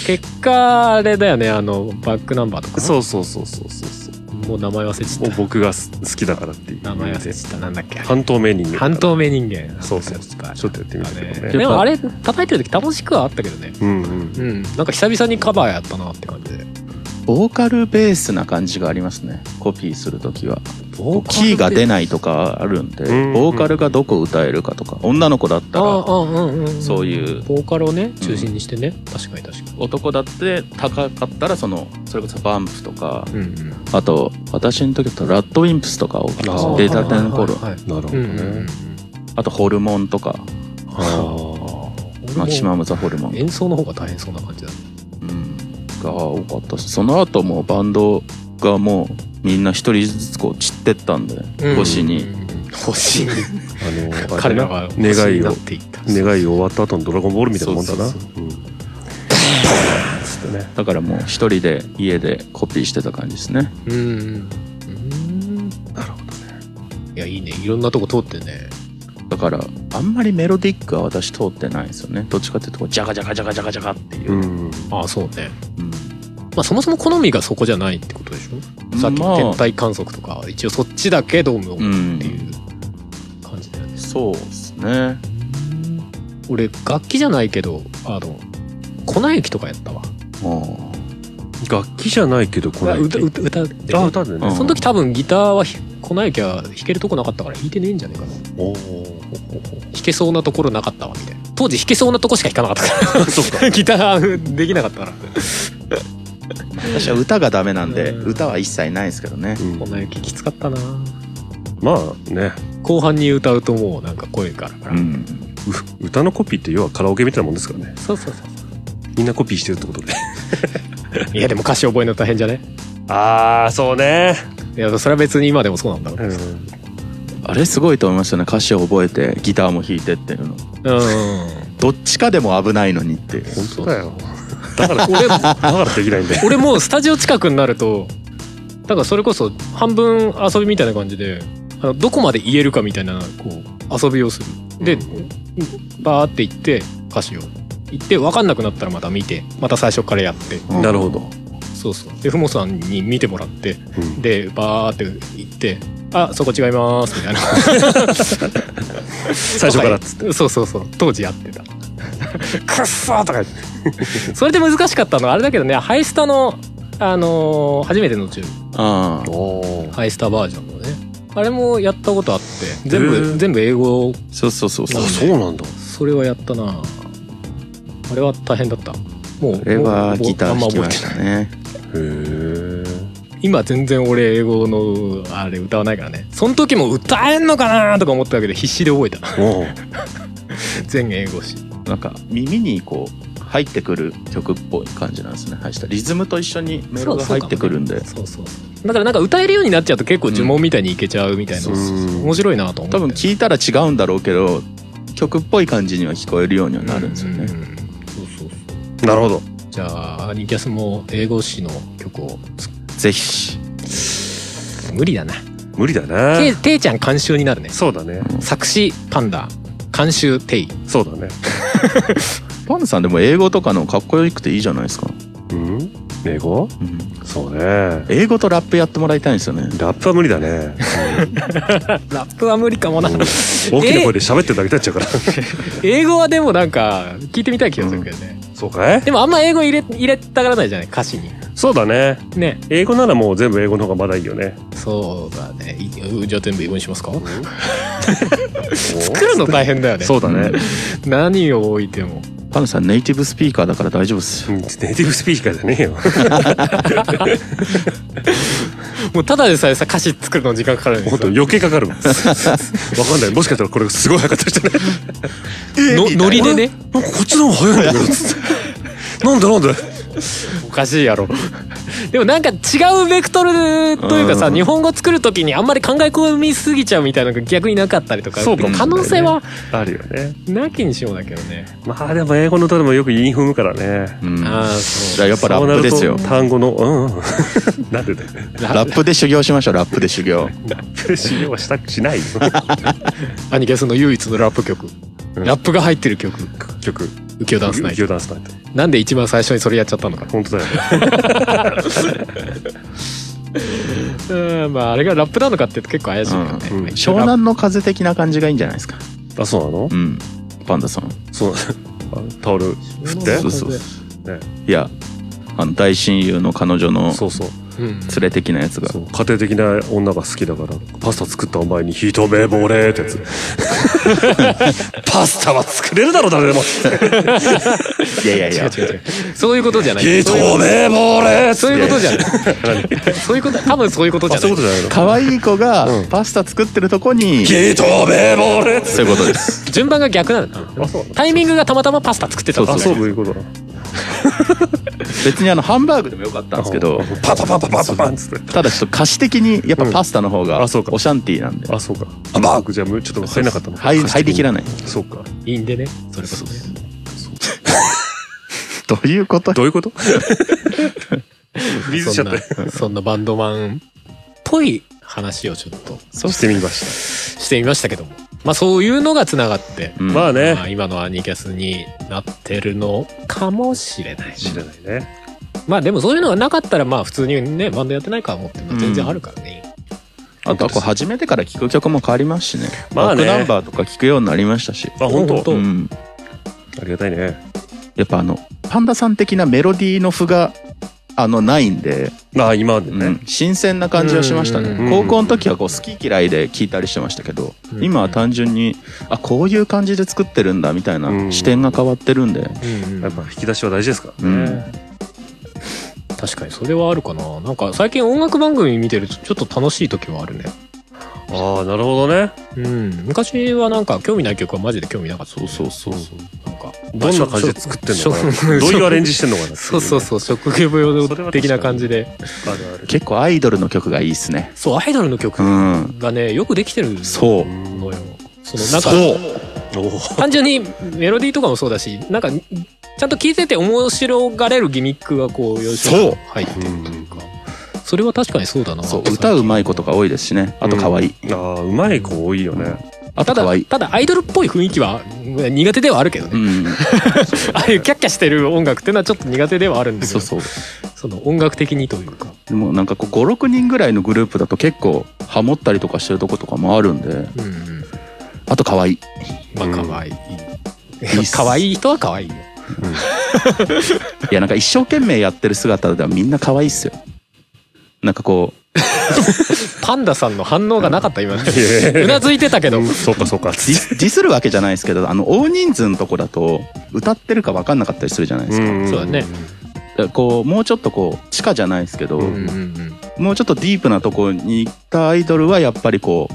Speaker 1: 結果あれだよねあのバックナンバーとか
Speaker 3: そうそうそうそうそうそう。
Speaker 1: もう名前忘れちゃ
Speaker 3: も
Speaker 1: っ
Speaker 3: う僕がす好きだからっていう。
Speaker 1: た名前忘れちゃったなんだっけ
Speaker 3: 半透明人間。
Speaker 1: 半透明人間
Speaker 3: そうそうそう
Speaker 1: あれ
Speaker 3: ちょっとやってみたけど
Speaker 1: ね
Speaker 3: ね。
Speaker 1: でもあれ叩いてる時楽しくはあったけどね
Speaker 3: うんうん。
Speaker 1: うんなんか久々にカバーやったなって感じで
Speaker 2: ボーカルベースな感じがありますねコピーする時は
Speaker 1: ボ
Speaker 2: キーが出
Speaker 1: い
Speaker 2: ないとかあるんで
Speaker 3: うん
Speaker 2: ボーカルがどこ歌えるかとか女の子だった
Speaker 1: ああ
Speaker 2: ら
Speaker 1: ああうんうん
Speaker 2: そういう
Speaker 1: ボーカルをね中心にしてね確かに確かに
Speaker 2: 男だって高かったらそのそれこそバンプとか
Speaker 1: うんうん
Speaker 2: あと私の時だとラッドウィンプスとかを
Speaker 3: あー
Speaker 2: 出たての頃
Speaker 1: はいはいはい
Speaker 3: なるほど
Speaker 1: うんうんうん
Speaker 3: ね。
Speaker 2: あとホルモンとか
Speaker 3: あ
Speaker 2: マキシマム・ザ・ホルモン、
Speaker 1: 演奏の方が大変そうな感じだね
Speaker 2: うん、が多かったしその後もうバンドがもうみんな一人ずつこう散ってったんで、星に
Speaker 1: 星に
Speaker 3: あ。あのー、
Speaker 1: 彼らが
Speaker 3: あれだよ願いを
Speaker 1: っ。ていった
Speaker 3: 願いを終わった後のドラゴンボールみたいなもんだな。
Speaker 2: そう
Speaker 3: うんつってね。
Speaker 2: だからもう一人で家でコピーしてた感じですね
Speaker 1: うんうんうん
Speaker 3: なるほどね。
Speaker 1: いやいいねいろんなとこ通ってね
Speaker 2: だからあんまりメロディックは私通ってないんですよねどっちかっていうとこうジャカジャカジャカジャカジャカっていう、
Speaker 3: うん。
Speaker 1: ああそうね
Speaker 2: うん
Speaker 1: まあそもそも好みがそこじゃないってことでしょさっき
Speaker 2: ま
Speaker 1: の
Speaker 2: あ
Speaker 1: 天体観測とか一応そっちだけどうもっ
Speaker 2: うん
Speaker 1: ていう感じだよね
Speaker 2: そうですね
Speaker 1: 俺楽器じゃないけどあの粉雪とかやったわ
Speaker 2: も
Speaker 3: 楽器じゃないけどこ
Speaker 1: まあ
Speaker 3: ない
Speaker 1: 歌歌歌で
Speaker 3: あ歌でね、
Speaker 2: うん
Speaker 1: その時多分ギターはひ来なきゃ弾けるとこなかったから弾いてねえんじゃねえかな
Speaker 3: おー
Speaker 1: 弾けそうなところなかったわみたいな当時弾けそうなとこしか弾かなかったから
Speaker 3: そうか
Speaker 1: ギターできなかったから
Speaker 2: 私は歌がダメなんで
Speaker 1: うん
Speaker 2: 歌は一切ないですけどね
Speaker 3: うん
Speaker 1: こんな雪きつかったな
Speaker 3: まあね
Speaker 1: 後半に歌うともうなんか声からから、
Speaker 2: うん
Speaker 3: う歌のコピーって要はカラオケみたいなもんですからね
Speaker 1: そうそうそう
Speaker 3: みんなコピーしてるってことで
Speaker 1: そういやでも歌詞覚えるの大変じゃね
Speaker 3: ああそうね
Speaker 1: いやそれは別に今でもそうなんだろう
Speaker 3: うん
Speaker 2: あれすごいと思いましたね歌詞を覚えてギターも弾いてっていうの
Speaker 1: うん
Speaker 2: どっちかでも危ないのにっていう
Speaker 3: 本当だよだから俺だからできないんだよ
Speaker 1: 俺もうスタジオ近くになるとだからそれこそ半分遊びみたいな感じであのどこまで言えるかみたいなこう遊びをするで、
Speaker 3: うん
Speaker 1: バーって行って歌詞を行って分かんなくなったらまた見てまた最初からやって
Speaker 2: うん
Speaker 3: なるほど
Speaker 1: そうそうでふもさんに見てもらって
Speaker 3: うん
Speaker 1: でバーって行って「あそこ違います」みたいな
Speaker 3: 最初からっつって
Speaker 1: そうそうそう当時やってたくっそーとか言ってそれで難しかったのはあれだけどねハイスタの、あのー初めての中
Speaker 2: ああ
Speaker 3: おー
Speaker 1: ハイスタバージョンのねあれもやったことあって全
Speaker 3: へ
Speaker 1: 部
Speaker 3: ー
Speaker 1: 全部英語
Speaker 2: そうそうそうそ
Speaker 3: あ
Speaker 2: う
Speaker 3: そうなんだ
Speaker 1: それはやったなあれは大変だったもう
Speaker 2: これは
Speaker 1: もう
Speaker 2: ギタ
Speaker 1: あ
Speaker 2: ー
Speaker 1: んま
Speaker 2: 弾き
Speaker 1: 覚え
Speaker 2: ま
Speaker 1: て
Speaker 2: し
Speaker 1: ない
Speaker 2: たね
Speaker 3: へ
Speaker 1: 今全然俺英語のあれ歌わないからねその時も歌えんのかなとか思ってたけど必死で覚えた
Speaker 3: えおう
Speaker 1: 全英語し
Speaker 2: なんか耳にこう入ってくる曲っぽい感じなんですね入したリズムと一緒にメロが入ってくるんで、
Speaker 1: そうそうそうだからなんか歌えるようになっちゃうと結構呪文みたいにいけちゃうみたいな、
Speaker 3: うんそうそうそう
Speaker 1: 面白いなと思って
Speaker 2: 多分聞いたら違うんだろうけど曲っぽい感じには聞こえるようにはなるんですよ
Speaker 1: う
Speaker 2: ね、
Speaker 1: うそうそうそう
Speaker 3: なるほど
Speaker 1: じゃあアニキャスも英語詞の曲を
Speaker 2: ぜひ
Speaker 1: 無理だな
Speaker 3: 無理だな
Speaker 1: てていちゃん監修になるね
Speaker 3: そうだね
Speaker 1: 作詞パンダ監修てい
Speaker 3: そうだね
Speaker 2: パンさんでも英語とかのかっこよくていいじゃないですか、
Speaker 3: うん英語
Speaker 2: うん
Speaker 3: そうね
Speaker 2: 英語とラップやってもらいたいんですよね
Speaker 3: ラップは無理だね、
Speaker 1: ラップは無理かも
Speaker 3: う
Speaker 1: な、
Speaker 3: ん、大きな声で喋ってるだけになっちゃうから
Speaker 1: 英語はでもなんか聞いてみたい気がするけどね、
Speaker 3: そうかい
Speaker 1: でもあんま英語入れ入れたがらないじゃない歌詞に
Speaker 3: そうだね
Speaker 1: ね
Speaker 3: 英語ならもう全部英語の方がまだいいよね
Speaker 1: そうだねいじゃあ全部英語にしますか
Speaker 3: 作
Speaker 1: 作るの大変だよね
Speaker 3: そうだね、
Speaker 1: 何を置いても
Speaker 2: パンさんネイティブスピーカーだから大丈夫っすよ
Speaker 3: うんネイティブスピーカーじゃねえよ
Speaker 1: もうただでさえさ歌詞作るの時間かかるのにさ
Speaker 3: 本当余計かかるわわかんないもしかしたらこれすごい早かったりしてね
Speaker 1: のノリでね
Speaker 3: なんかこっちの方が早いんだけどつってなんでなんで
Speaker 1: おかしいやろでもなんか違うベクトルというかさ、
Speaker 2: うん
Speaker 1: 日本語作る時にあんまり考え込みすぎちゃうみたいなのが逆になかったりとか
Speaker 3: そうかもしれな
Speaker 1: 可
Speaker 3: いね
Speaker 1: 能性は
Speaker 3: あるよね
Speaker 1: なきにしもだけどね
Speaker 3: まあでも英語の歌でもよく韻踏むからね
Speaker 2: うん
Speaker 1: ああ
Speaker 2: じ
Speaker 1: そ
Speaker 2: ゃあ
Speaker 1: う
Speaker 2: やっぱラ
Speaker 3: そうな
Speaker 2: ップ
Speaker 3: る
Speaker 2: で
Speaker 3: と
Speaker 2: すよ
Speaker 3: 単語のうんうんなんでだよ
Speaker 2: ラップで修行しましょうラップで修行
Speaker 3: 使用はしたくしないよ
Speaker 1: アニキャスの唯一のラップ曲、
Speaker 3: うん
Speaker 1: ラップが入ってる曲
Speaker 3: 曲
Speaker 1: 浮世ダンスナイト
Speaker 3: ダンスナイト
Speaker 1: なんで一番最初にそれやっちゃったのか
Speaker 3: 本当だよね
Speaker 1: うんまああれがラップなのかって結構怪しいからね、
Speaker 3: うんうん
Speaker 2: 湘
Speaker 1: ラッ
Speaker 2: 南の風的な感じがいいんじゃないですか
Speaker 3: あそうなの
Speaker 2: うんパンダさん
Speaker 3: そうタオル
Speaker 1: プ
Speaker 3: 振って
Speaker 2: そうそう
Speaker 3: ね
Speaker 2: いやあの大親友の彼女の
Speaker 3: そうそう
Speaker 1: うん
Speaker 2: 連れ的なやつが
Speaker 3: そう家庭的な女が好きだからパスタ作ったお前に一目惚れってやつパスタは作れるだろ誰でも
Speaker 2: いやいやい
Speaker 1: 違う
Speaker 2: や
Speaker 1: 違う違うそういうことじゃない
Speaker 3: 一
Speaker 1: そう
Speaker 3: 目惚れ
Speaker 1: そういうことじゃない そういうこと多分そういうことじ
Speaker 3: あ
Speaker 1: ゃない
Speaker 3: そういうことじゃないの
Speaker 2: 可愛い子が
Speaker 3: うん
Speaker 2: パスタ作ってるとこに、
Speaker 3: 一目惚れ
Speaker 2: そういうことです
Speaker 1: 順番が逆なの
Speaker 3: あそう
Speaker 1: タイミングがたまたまパスタ作ってた
Speaker 3: あ
Speaker 1: だけ
Speaker 3: そういうことだ
Speaker 2: 別にあのハンバーグでもよかったんですけど
Speaker 3: パパパパパパパンっつって
Speaker 2: ただちょっと歌詞的にやっぱパスタの方
Speaker 3: うん
Speaker 2: が
Speaker 3: あそうか
Speaker 2: オシャンティーなんで
Speaker 3: あそうかハンバーグじゃあもうちょっと入らなかったの
Speaker 2: 入り入りきら
Speaker 3: ない
Speaker 2: ない
Speaker 3: そうか
Speaker 1: いいんでねそれこそね
Speaker 2: どういうこと
Speaker 3: どういうことフリーズしち
Speaker 1: そ
Speaker 3: ゃ
Speaker 1: ん
Speaker 3: っ
Speaker 1: な
Speaker 3: て
Speaker 1: そんなバンドマンっぽい話をちょっと
Speaker 3: してみまし
Speaker 1: してみましたけどもまあそういうのがつながって、
Speaker 2: うん
Speaker 3: たまあね
Speaker 1: まあ、今のアニキャスになってるのかもしれない
Speaker 3: 知らないね
Speaker 1: まあでもそういうのがなかったらまあ普通にねバンドやってないかもっていうのは全然あるからね、
Speaker 2: あとはこう初めてから聴く曲も変わりますしね
Speaker 3: まあね
Speaker 2: バックナンバーとか聴くようになりましたし、
Speaker 3: あ
Speaker 1: 本
Speaker 3: 本当
Speaker 1: 当
Speaker 2: うん、
Speaker 3: ありがたいね
Speaker 2: やっぱあのパンダさん的なメロディーの譜があのないんで、
Speaker 3: まあ今まで
Speaker 2: う
Speaker 3: ね
Speaker 2: ん、新鮮な感じはしました
Speaker 1: うん
Speaker 3: うんう
Speaker 2: ね
Speaker 3: ん
Speaker 2: 高校の時はこう好き嫌いで聞いたりしてましたけど
Speaker 1: うん
Speaker 2: 今は単純にあこういう感じで作ってるんだみたい
Speaker 3: うんう
Speaker 2: なん視点が変わってるんで、
Speaker 1: うん
Speaker 3: やっぱ引き出しは大事ですから
Speaker 2: うん
Speaker 1: 確かにそれはあるかななんか最近音楽番組見てるとちょっと楽しい時はあるね
Speaker 3: ああなるほどね
Speaker 1: うん昔はなんか興味ない曲はマジで興味なかった
Speaker 3: そうそうそうそう
Speaker 1: なんか
Speaker 3: どんな感じで作ってんのか
Speaker 1: そう
Speaker 3: などういうアレンジしてんのかなっていね
Speaker 1: そうそうそう職業病的な感じで
Speaker 3: あるある
Speaker 2: 結構アイドルの曲がいいですね
Speaker 1: そうアイドルの曲
Speaker 2: うん
Speaker 1: がねよくできてる
Speaker 2: そう
Speaker 1: のよそのなんか
Speaker 3: そうおー
Speaker 1: 単純にメロディーとかもそうだしなんかちゃんと聴いてて面白がれるギミックがこうよし
Speaker 2: そう
Speaker 1: 入ってるというかそれは確かにそうだな
Speaker 2: そう歌うまい子とか多いですしねあと可愛い、
Speaker 3: ああうまい子多いよね
Speaker 2: あと
Speaker 1: ただ
Speaker 2: 可愛い
Speaker 1: ただアイドルっぽい雰囲気はうん苦手ではあるけど
Speaker 2: う
Speaker 1: ね、
Speaker 2: ん、
Speaker 1: ああいうキャッキャしてる音楽っていうのはちょっと苦手ではあるんだけ
Speaker 2: そ
Speaker 1: ど
Speaker 2: うそう
Speaker 1: その音楽的にというか、
Speaker 2: でもなんかこう56人ぐらいのグループだと結構ハモったりとかしてるとことかもあるんで
Speaker 1: うんうん、
Speaker 2: あと可愛い
Speaker 1: まあ
Speaker 3: うん
Speaker 1: 可愛い、
Speaker 2: いっす
Speaker 1: 可愛い人は可愛いよ
Speaker 2: いやなんか一生懸命やってる姿ではみんな可愛いっすよなんかこう
Speaker 1: パンダさんの反応がなかった今うなずいてたけど、
Speaker 3: そうかそう か
Speaker 2: ディスディスるわけじゃないですけどあの大人数のとこだと歌ってるか分かんなかったりするじゃないですか,、
Speaker 1: そうだね
Speaker 2: こうもうちょっとこう地下じゃないですけど、
Speaker 3: うん
Speaker 1: ん
Speaker 2: もうちょっとディープなとこに行ったアイドルはやっぱりこ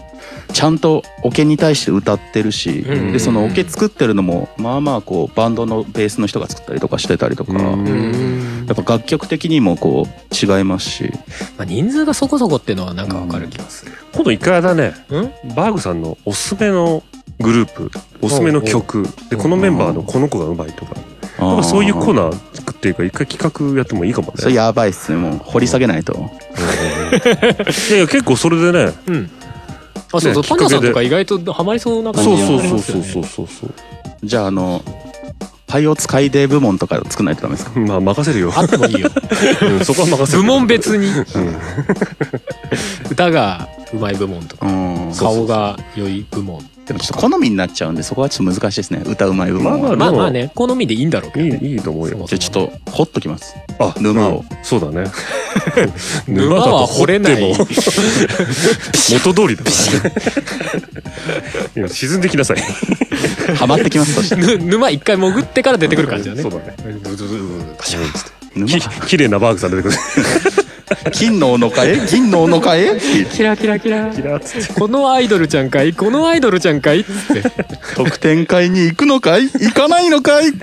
Speaker 2: うちゃんとオケに対して歌ってるし、
Speaker 1: うん
Speaker 2: でそのオケ作ってるのもまあまあこうバンドのベースの人が作ったりとかしてたりとか、
Speaker 3: うん
Speaker 1: うん、
Speaker 2: や
Speaker 1: うん
Speaker 2: っぱ楽曲的にもこう違いますし
Speaker 1: まあ、人数がそこそこっていうのはなんかわかる気がする、
Speaker 3: 今度一回あれだね
Speaker 1: うん
Speaker 3: バーグさんのおすすめのグループおすすめの曲でこのメンバーのこの子がうまいとかなんかそういうコー
Speaker 2: ー
Speaker 3: ナー作っていうか一回企画やってもいいかもね
Speaker 2: それやばいっすねもう掘り下げないと、
Speaker 3: いやいや結構それでね
Speaker 1: うん。あ、そうそう、
Speaker 3: ね
Speaker 1: パンダさん
Speaker 3: きっかけで
Speaker 1: とか意外とハマりそうな感じ
Speaker 3: そう
Speaker 1: があり
Speaker 3: そう
Speaker 1: ますよ
Speaker 3: そう
Speaker 1: ね。
Speaker 3: そうそうそうそう
Speaker 2: じゃああのパイオツ改デ部門とか作んないとダメですか
Speaker 3: まあ任せるよ
Speaker 1: あってもいいよ。
Speaker 3: うんそこは任せ
Speaker 1: 部
Speaker 3: る
Speaker 1: 門別に。
Speaker 3: うん
Speaker 1: 歌がうまい部門とか、
Speaker 2: うん
Speaker 1: 顔が良い部門。
Speaker 2: でもちょっと好みになっちゃうんでそこはちょっと難しいですね歌うまい部門は、
Speaker 3: まあまあ
Speaker 1: まあまあね、好みでいいんだろうけどね。
Speaker 3: いいいいと思うよ
Speaker 1: そも
Speaker 2: じゃ
Speaker 1: そも
Speaker 2: あちょっと掘っときます
Speaker 3: あ
Speaker 2: 沼を
Speaker 3: うんそうだね
Speaker 1: 沼
Speaker 3: だと
Speaker 1: は掘れない。
Speaker 3: 掘っても元通りだからね今沈んできなさい
Speaker 2: ハマってきますそ したら
Speaker 1: ぬ沼一回潜ってから出てくる感じだね
Speaker 3: そう。だね
Speaker 2: 沼
Speaker 3: き綺麗なバーグさん出てくる
Speaker 2: 金のおのかえ銀のおの かえ
Speaker 1: キラキラキラ
Speaker 3: キ。ラーっつって
Speaker 1: このアイドルちゃんかいこのアイドルちゃんかいっつって。
Speaker 2: 特典会に行くのかい行かないのかい行く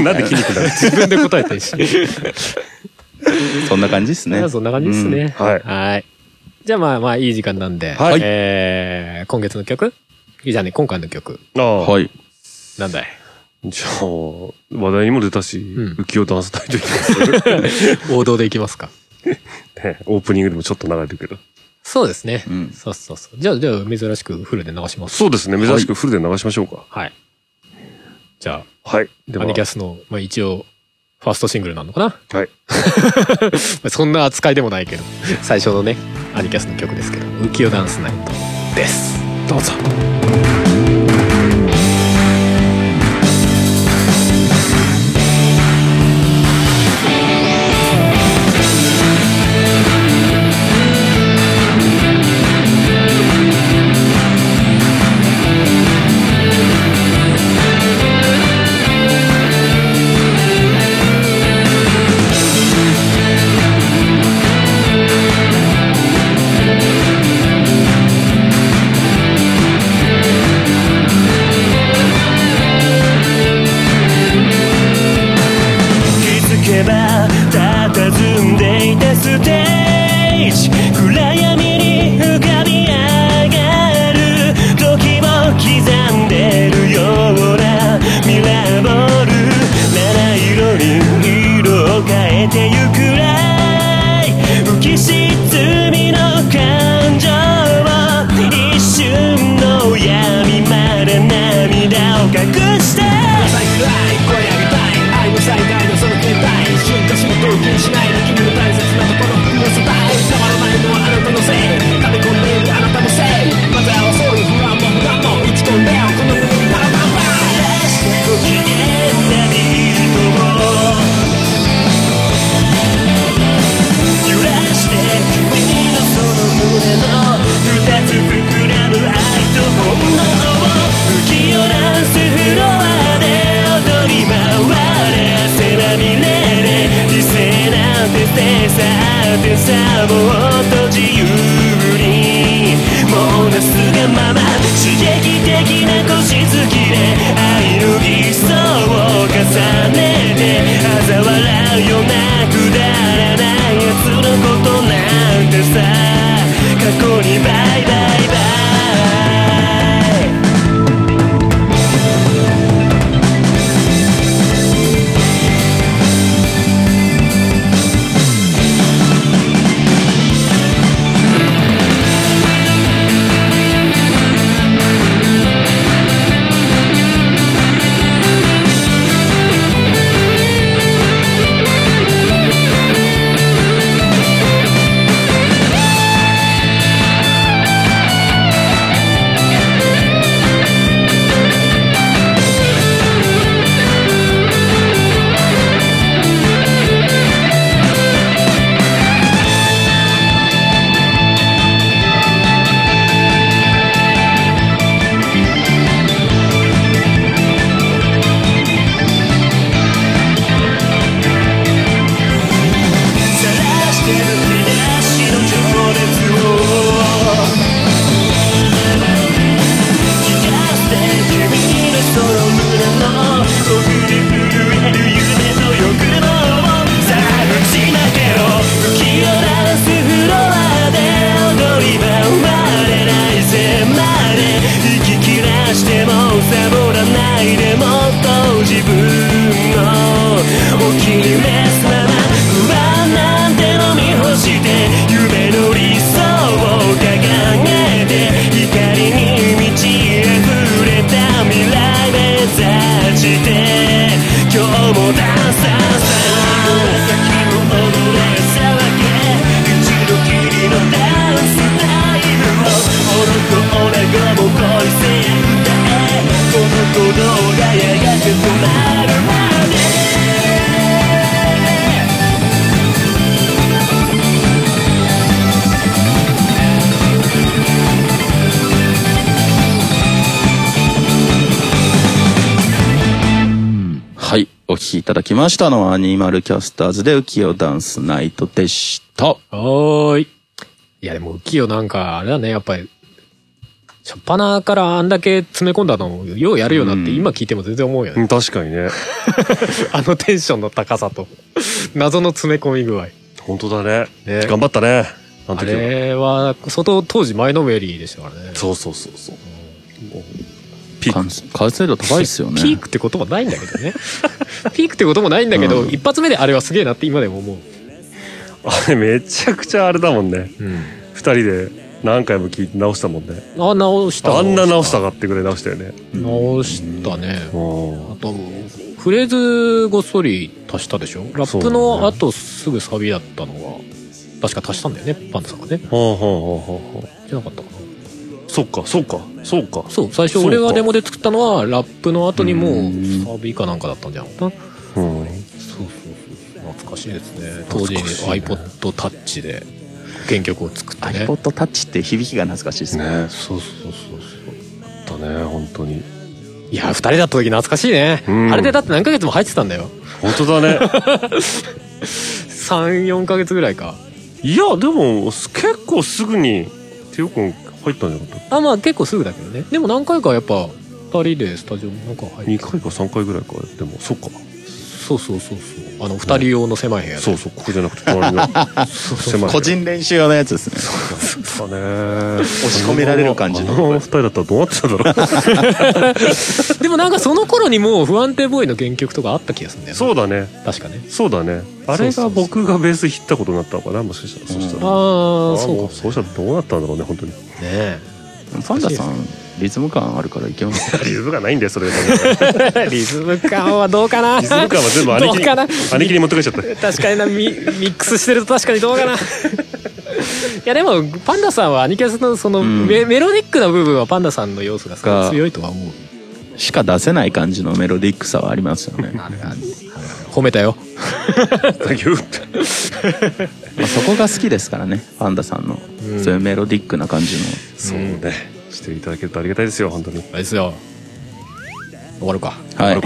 Speaker 3: なんで筋肉だね
Speaker 1: 自分で答えてるし。
Speaker 2: そんな感じですね
Speaker 1: そんな感じですね。
Speaker 3: うんはい
Speaker 1: いじゃあまあまあいい時間なんで、
Speaker 3: はい
Speaker 1: えー今月の曲いいじゃんね、今回の曲。
Speaker 3: ああ
Speaker 2: うんはい
Speaker 1: なんだい
Speaker 3: じゃあ話題にも出たし、
Speaker 1: うん
Speaker 3: 浮世ダンス大といきま す
Speaker 1: 王道でいきますか。
Speaker 3: ねオープニングでもちょっと流れてるけど
Speaker 1: そうですね。
Speaker 2: うん
Speaker 1: そうそうそう。じゃあ、じゃあ珍しくフルで流します。
Speaker 3: そうですね珍しくフルで流しましょうか
Speaker 1: はい。じゃ
Speaker 3: はいで
Speaker 1: あ、アニキャスの、まあ一応、ファーストシングルなのかなま
Speaker 3: はい
Speaker 1: あそんな扱いでもないけど、最初のね、アニキャスの曲ですけど、浮世ダンスナイトです。どうぞ。
Speaker 5: 気づけば佇んでいたステージ暗闇に浮かび上がる時を刻んでるようなミラーボール七色に色を変えてゆくらい浮き沈みの感情を一瞬の闇まで涙を隠して
Speaker 6: 最くらい声上げたい愛の最大のその携帯一瞬か仕事を気にしないで君の大切なところ踏み出さない変わらないのはあなたのせい溜め込んでいるあなたのせいまたはそういう不安も不安も打ち込んでよこの胸にパラパラ
Speaker 5: 「不機嫌なビートを」「てさもっと自由にもうなすがまま刺激的な腰つきで愛の理想を重ねて嘲笑うようなくだらない奴のことなんてさ過去にバイバイバイ「さらして吹き出しの情熱を」「聞かせて君のその胸の」「僕に震える夢と欲望を」「さあ打ち負けろ」「浮きをらすフロアで踊りは生まれないぜまで」「息切らしてもサボらないでもっと自分の」お気に召すまま不安なんて飲み干して夢の理想を掲げて光に満ち溢れた未来目指して今日もダンサーさ先を踊れ騒げ一度きりのダンスタイムを愚か俺がも恋せ歌えこの鼓動がやがて止まるまで
Speaker 2: はい。お聴きいただきましたのはアニマルキャスターズで浮世ダンスナイトでした。
Speaker 1: はーい。いや、でも、浮世なんか、あれだね、やっぱり、しょっぱなからあんだけ詰め込んだのをようやるよなって、今聞いても全然思うよ
Speaker 3: う
Speaker 1: ね。
Speaker 3: ん確かにね。
Speaker 1: あのテンションの高さと、 謎の詰め込み具合。
Speaker 3: 本当だね。
Speaker 1: ね
Speaker 3: 頑張ったね。あの
Speaker 1: あ
Speaker 3: 時は。
Speaker 1: れは、相当当時前のめりでしたからね。
Speaker 3: そうそうそうそう。もうピーク
Speaker 2: 完完成度高いっすよね。
Speaker 1: ピークってこともないんだけどね。 ピークってこともないんだけど、
Speaker 2: うん
Speaker 1: 一発目であれはすげえなって今でも思う。
Speaker 3: あれめちゃくちゃあれだもんね。
Speaker 1: うん。
Speaker 3: 二人で何回も聞いて直したもんね。
Speaker 1: あ、直した。
Speaker 3: あんな直したかってくらい直したよね。
Speaker 1: 直したね。
Speaker 3: うん
Speaker 1: あと、フレーズごっそり足したでしょラップ
Speaker 3: そう
Speaker 1: の
Speaker 3: だね
Speaker 1: 後すぐサビだったのが、確か足したんだよね、パンダさんがね。
Speaker 3: ほうほうほうほうほ
Speaker 1: じゃなかったかな。
Speaker 3: う。そっか、そっか、そうか。
Speaker 1: そう、最初
Speaker 3: そうか
Speaker 1: 俺がデモで作ったのは、ラップの後にもうサビかなんかだったんじゃなかった
Speaker 3: う
Speaker 1: そうそうそ
Speaker 3: ん。
Speaker 1: う。懐かしいですね。当時に
Speaker 3: 懐かしいね
Speaker 1: iPod Touch で原曲を作ってね。
Speaker 2: iPod Touch って響きが懐かしいですね。
Speaker 3: ねそうそうそうそう。だね、本当に。
Speaker 1: いや、二人だった時懐かしいね。
Speaker 3: うん
Speaker 1: あれでだって何ヶ月も入ってたんだよ。
Speaker 3: 本 当だね。
Speaker 1: 3、4ヶ月ぐらいか。
Speaker 3: いや、でも、結構すぐに、てよくん入ったんじゃなかっ
Speaker 1: あ、まあ結構すぐだけどね。でも何回かやっぱ、二人でスタジオなんか
Speaker 3: た
Speaker 1: 入っ
Speaker 3: ?2 回か3回ぐらいか。でも、そっか。
Speaker 1: そうそうそうそうあの二人用の狭い部屋で
Speaker 3: そうそう、ここじゃなくて、隣の。狭い。
Speaker 2: 個人練習用のやつですね。
Speaker 3: だね。押
Speaker 2: し込められる感じの
Speaker 3: あの二人だったらどうなってたんだろう。
Speaker 1: でもなんかその頃にもう不安定ボーイの原曲とかあった気がするんだよね
Speaker 3: そうだね。
Speaker 1: 確かね
Speaker 3: そうだね。あれが僕がベース弾ったことになったのかな、もしかしたら。そしたら。
Speaker 1: ああ
Speaker 3: あ
Speaker 1: そう
Speaker 3: も
Speaker 1: か
Speaker 3: うそうしたらどうなったんだろうね、本当に。
Speaker 1: ねえ
Speaker 2: パンダさん、リズム感あるからいけます。
Speaker 3: 理由がないんだよ、それが多分。
Speaker 1: リズム感はどうかな
Speaker 3: リズム感は全部兄貴
Speaker 1: どう
Speaker 3: に、
Speaker 1: かな
Speaker 3: 兄貴に持って帰っちゃった。
Speaker 1: 確かになミミックスしてると確かにど うかないやでもパンダさんはアニキャスのその
Speaker 2: ん
Speaker 1: メ,、メロディックな部分はパンダさんの要素がすごい
Speaker 2: が
Speaker 1: 強いとは思う
Speaker 2: しか出せない感じのメロディックさはありますよね。
Speaker 1: 褒めたよ
Speaker 3: Thank you って
Speaker 2: まあそこが好きですからね、パンダさんの。そういうメロディックな感じの。
Speaker 3: そうね。していただけるとありがたいですよ、本当に。
Speaker 1: あれですよ終わるか
Speaker 2: はい。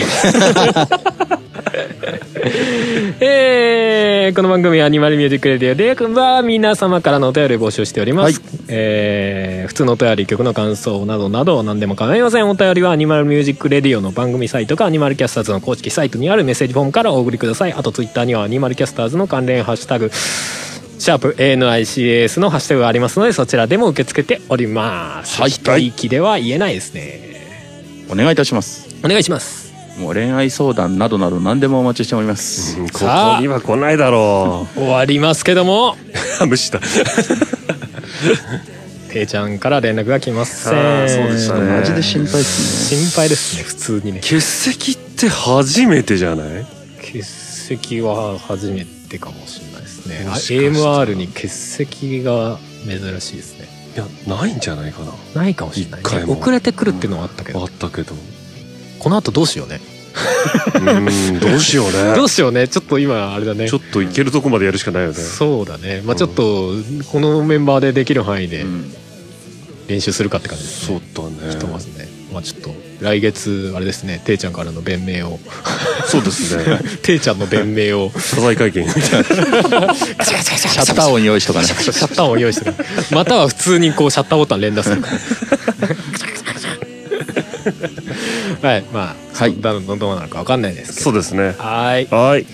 Speaker 1: えーーこの番組はアニマルミュージックレディオでくんは皆様からのお便りを募集しております、
Speaker 2: は
Speaker 1: えー普通のお便り曲の感想などなど何でも構いませんお便りはアニマルミュージックレディオの番組サイトかアニマルキャスターズの公式サイトにあるメッセージフォームからお送りくださいあとツイッターにはアニマルキャスターズの関連ハッシュタグシャープ ANICAS のハッシュタグがありますのでそちらでも受け付けております、
Speaker 2: はい
Speaker 1: 一息では言えないですね
Speaker 2: お願いいたします
Speaker 1: お願いします
Speaker 2: もう恋愛相談などなど何でもお待ちしております、
Speaker 3: ここには来ないだろ
Speaker 1: 終わりますけども
Speaker 3: う無視だ
Speaker 1: ていちゃんから連絡が来ませ
Speaker 3: あ
Speaker 1: ん
Speaker 3: ーそうでしたね
Speaker 2: マジで心配ですね
Speaker 1: 心配ですね普通にね
Speaker 3: 欠席って初めてじゃない
Speaker 1: 欠席は初めてかもしれないですねあ
Speaker 3: もしかしたら
Speaker 1: AMR に欠席が珍しいですね
Speaker 3: いやないんじゃないかな
Speaker 1: ないかもしれない
Speaker 3: 一回
Speaker 1: ね
Speaker 3: も
Speaker 1: 遅れてくるっていうのはあったけ
Speaker 3: あ
Speaker 1: ど
Speaker 3: ったけどう
Speaker 1: この後どうしようね
Speaker 3: ーんどうしよ う
Speaker 1: ど
Speaker 3: ね
Speaker 1: うしようねちょっと今あれだね
Speaker 3: ちょっといけるとこまでやるしかないよね
Speaker 1: そうだねまあちょっとこのメンバーでできる範囲で
Speaker 2: うん
Speaker 1: 練習するかって感じです
Speaker 3: そうだ
Speaker 1: ひとま
Speaker 3: ね
Speaker 1: ずねまあちょっと来月あれですねていちゃんからの弁明を
Speaker 3: そうですね
Speaker 1: ていちゃんの弁明を
Speaker 3: 謝罪会見みたいな
Speaker 2: シャッター音用意しとかね
Speaker 1: シャッターを用意してるまたは普通にこうシャッターボタン連打するはいまあ、
Speaker 2: はい
Speaker 1: どうどうなるかわかんないですけ
Speaker 3: そ
Speaker 1: ど
Speaker 3: うですね
Speaker 1: はーい
Speaker 3: はい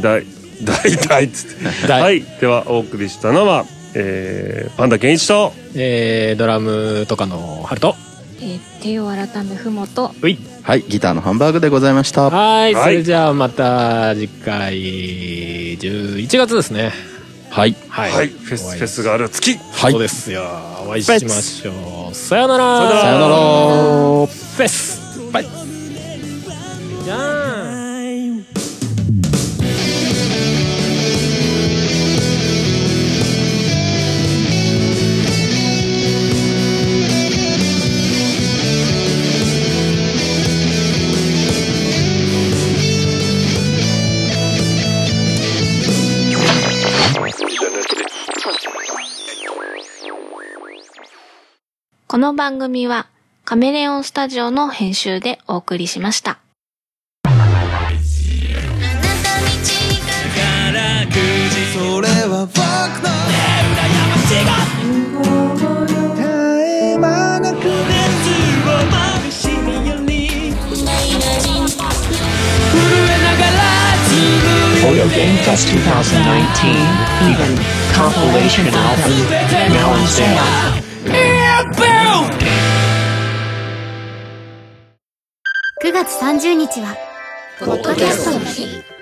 Speaker 3: 大大大っつって
Speaker 1: 大
Speaker 3: はいではお送りしたのは、えー、パンダケンイチと
Speaker 1: えードラムとかのハルト
Speaker 4: えー、手を改めふもと
Speaker 1: うい
Speaker 2: はいギターのハンバーグでございました
Speaker 1: はーい
Speaker 3: はい
Speaker 1: それじゃあまた次回11月ですね
Speaker 2: はい
Speaker 1: は、
Speaker 3: はいい、フェスフェスがある月
Speaker 2: はい
Speaker 1: そうですよお会いしましょうさよなら
Speaker 2: さよなら
Speaker 1: フェスバイじゃーん
Speaker 4: この番組はカメレオンスタジオの編集でお送りしました
Speaker 5: それは僕の羨ましが絶え間なく熱をまぶしみより震えながら紡い
Speaker 7: Oyo Game Fest 2019, Heathen, compilation album, now on sale.
Speaker 5: BOOM!
Speaker 8: 9月30日は、ポッドキャストの日。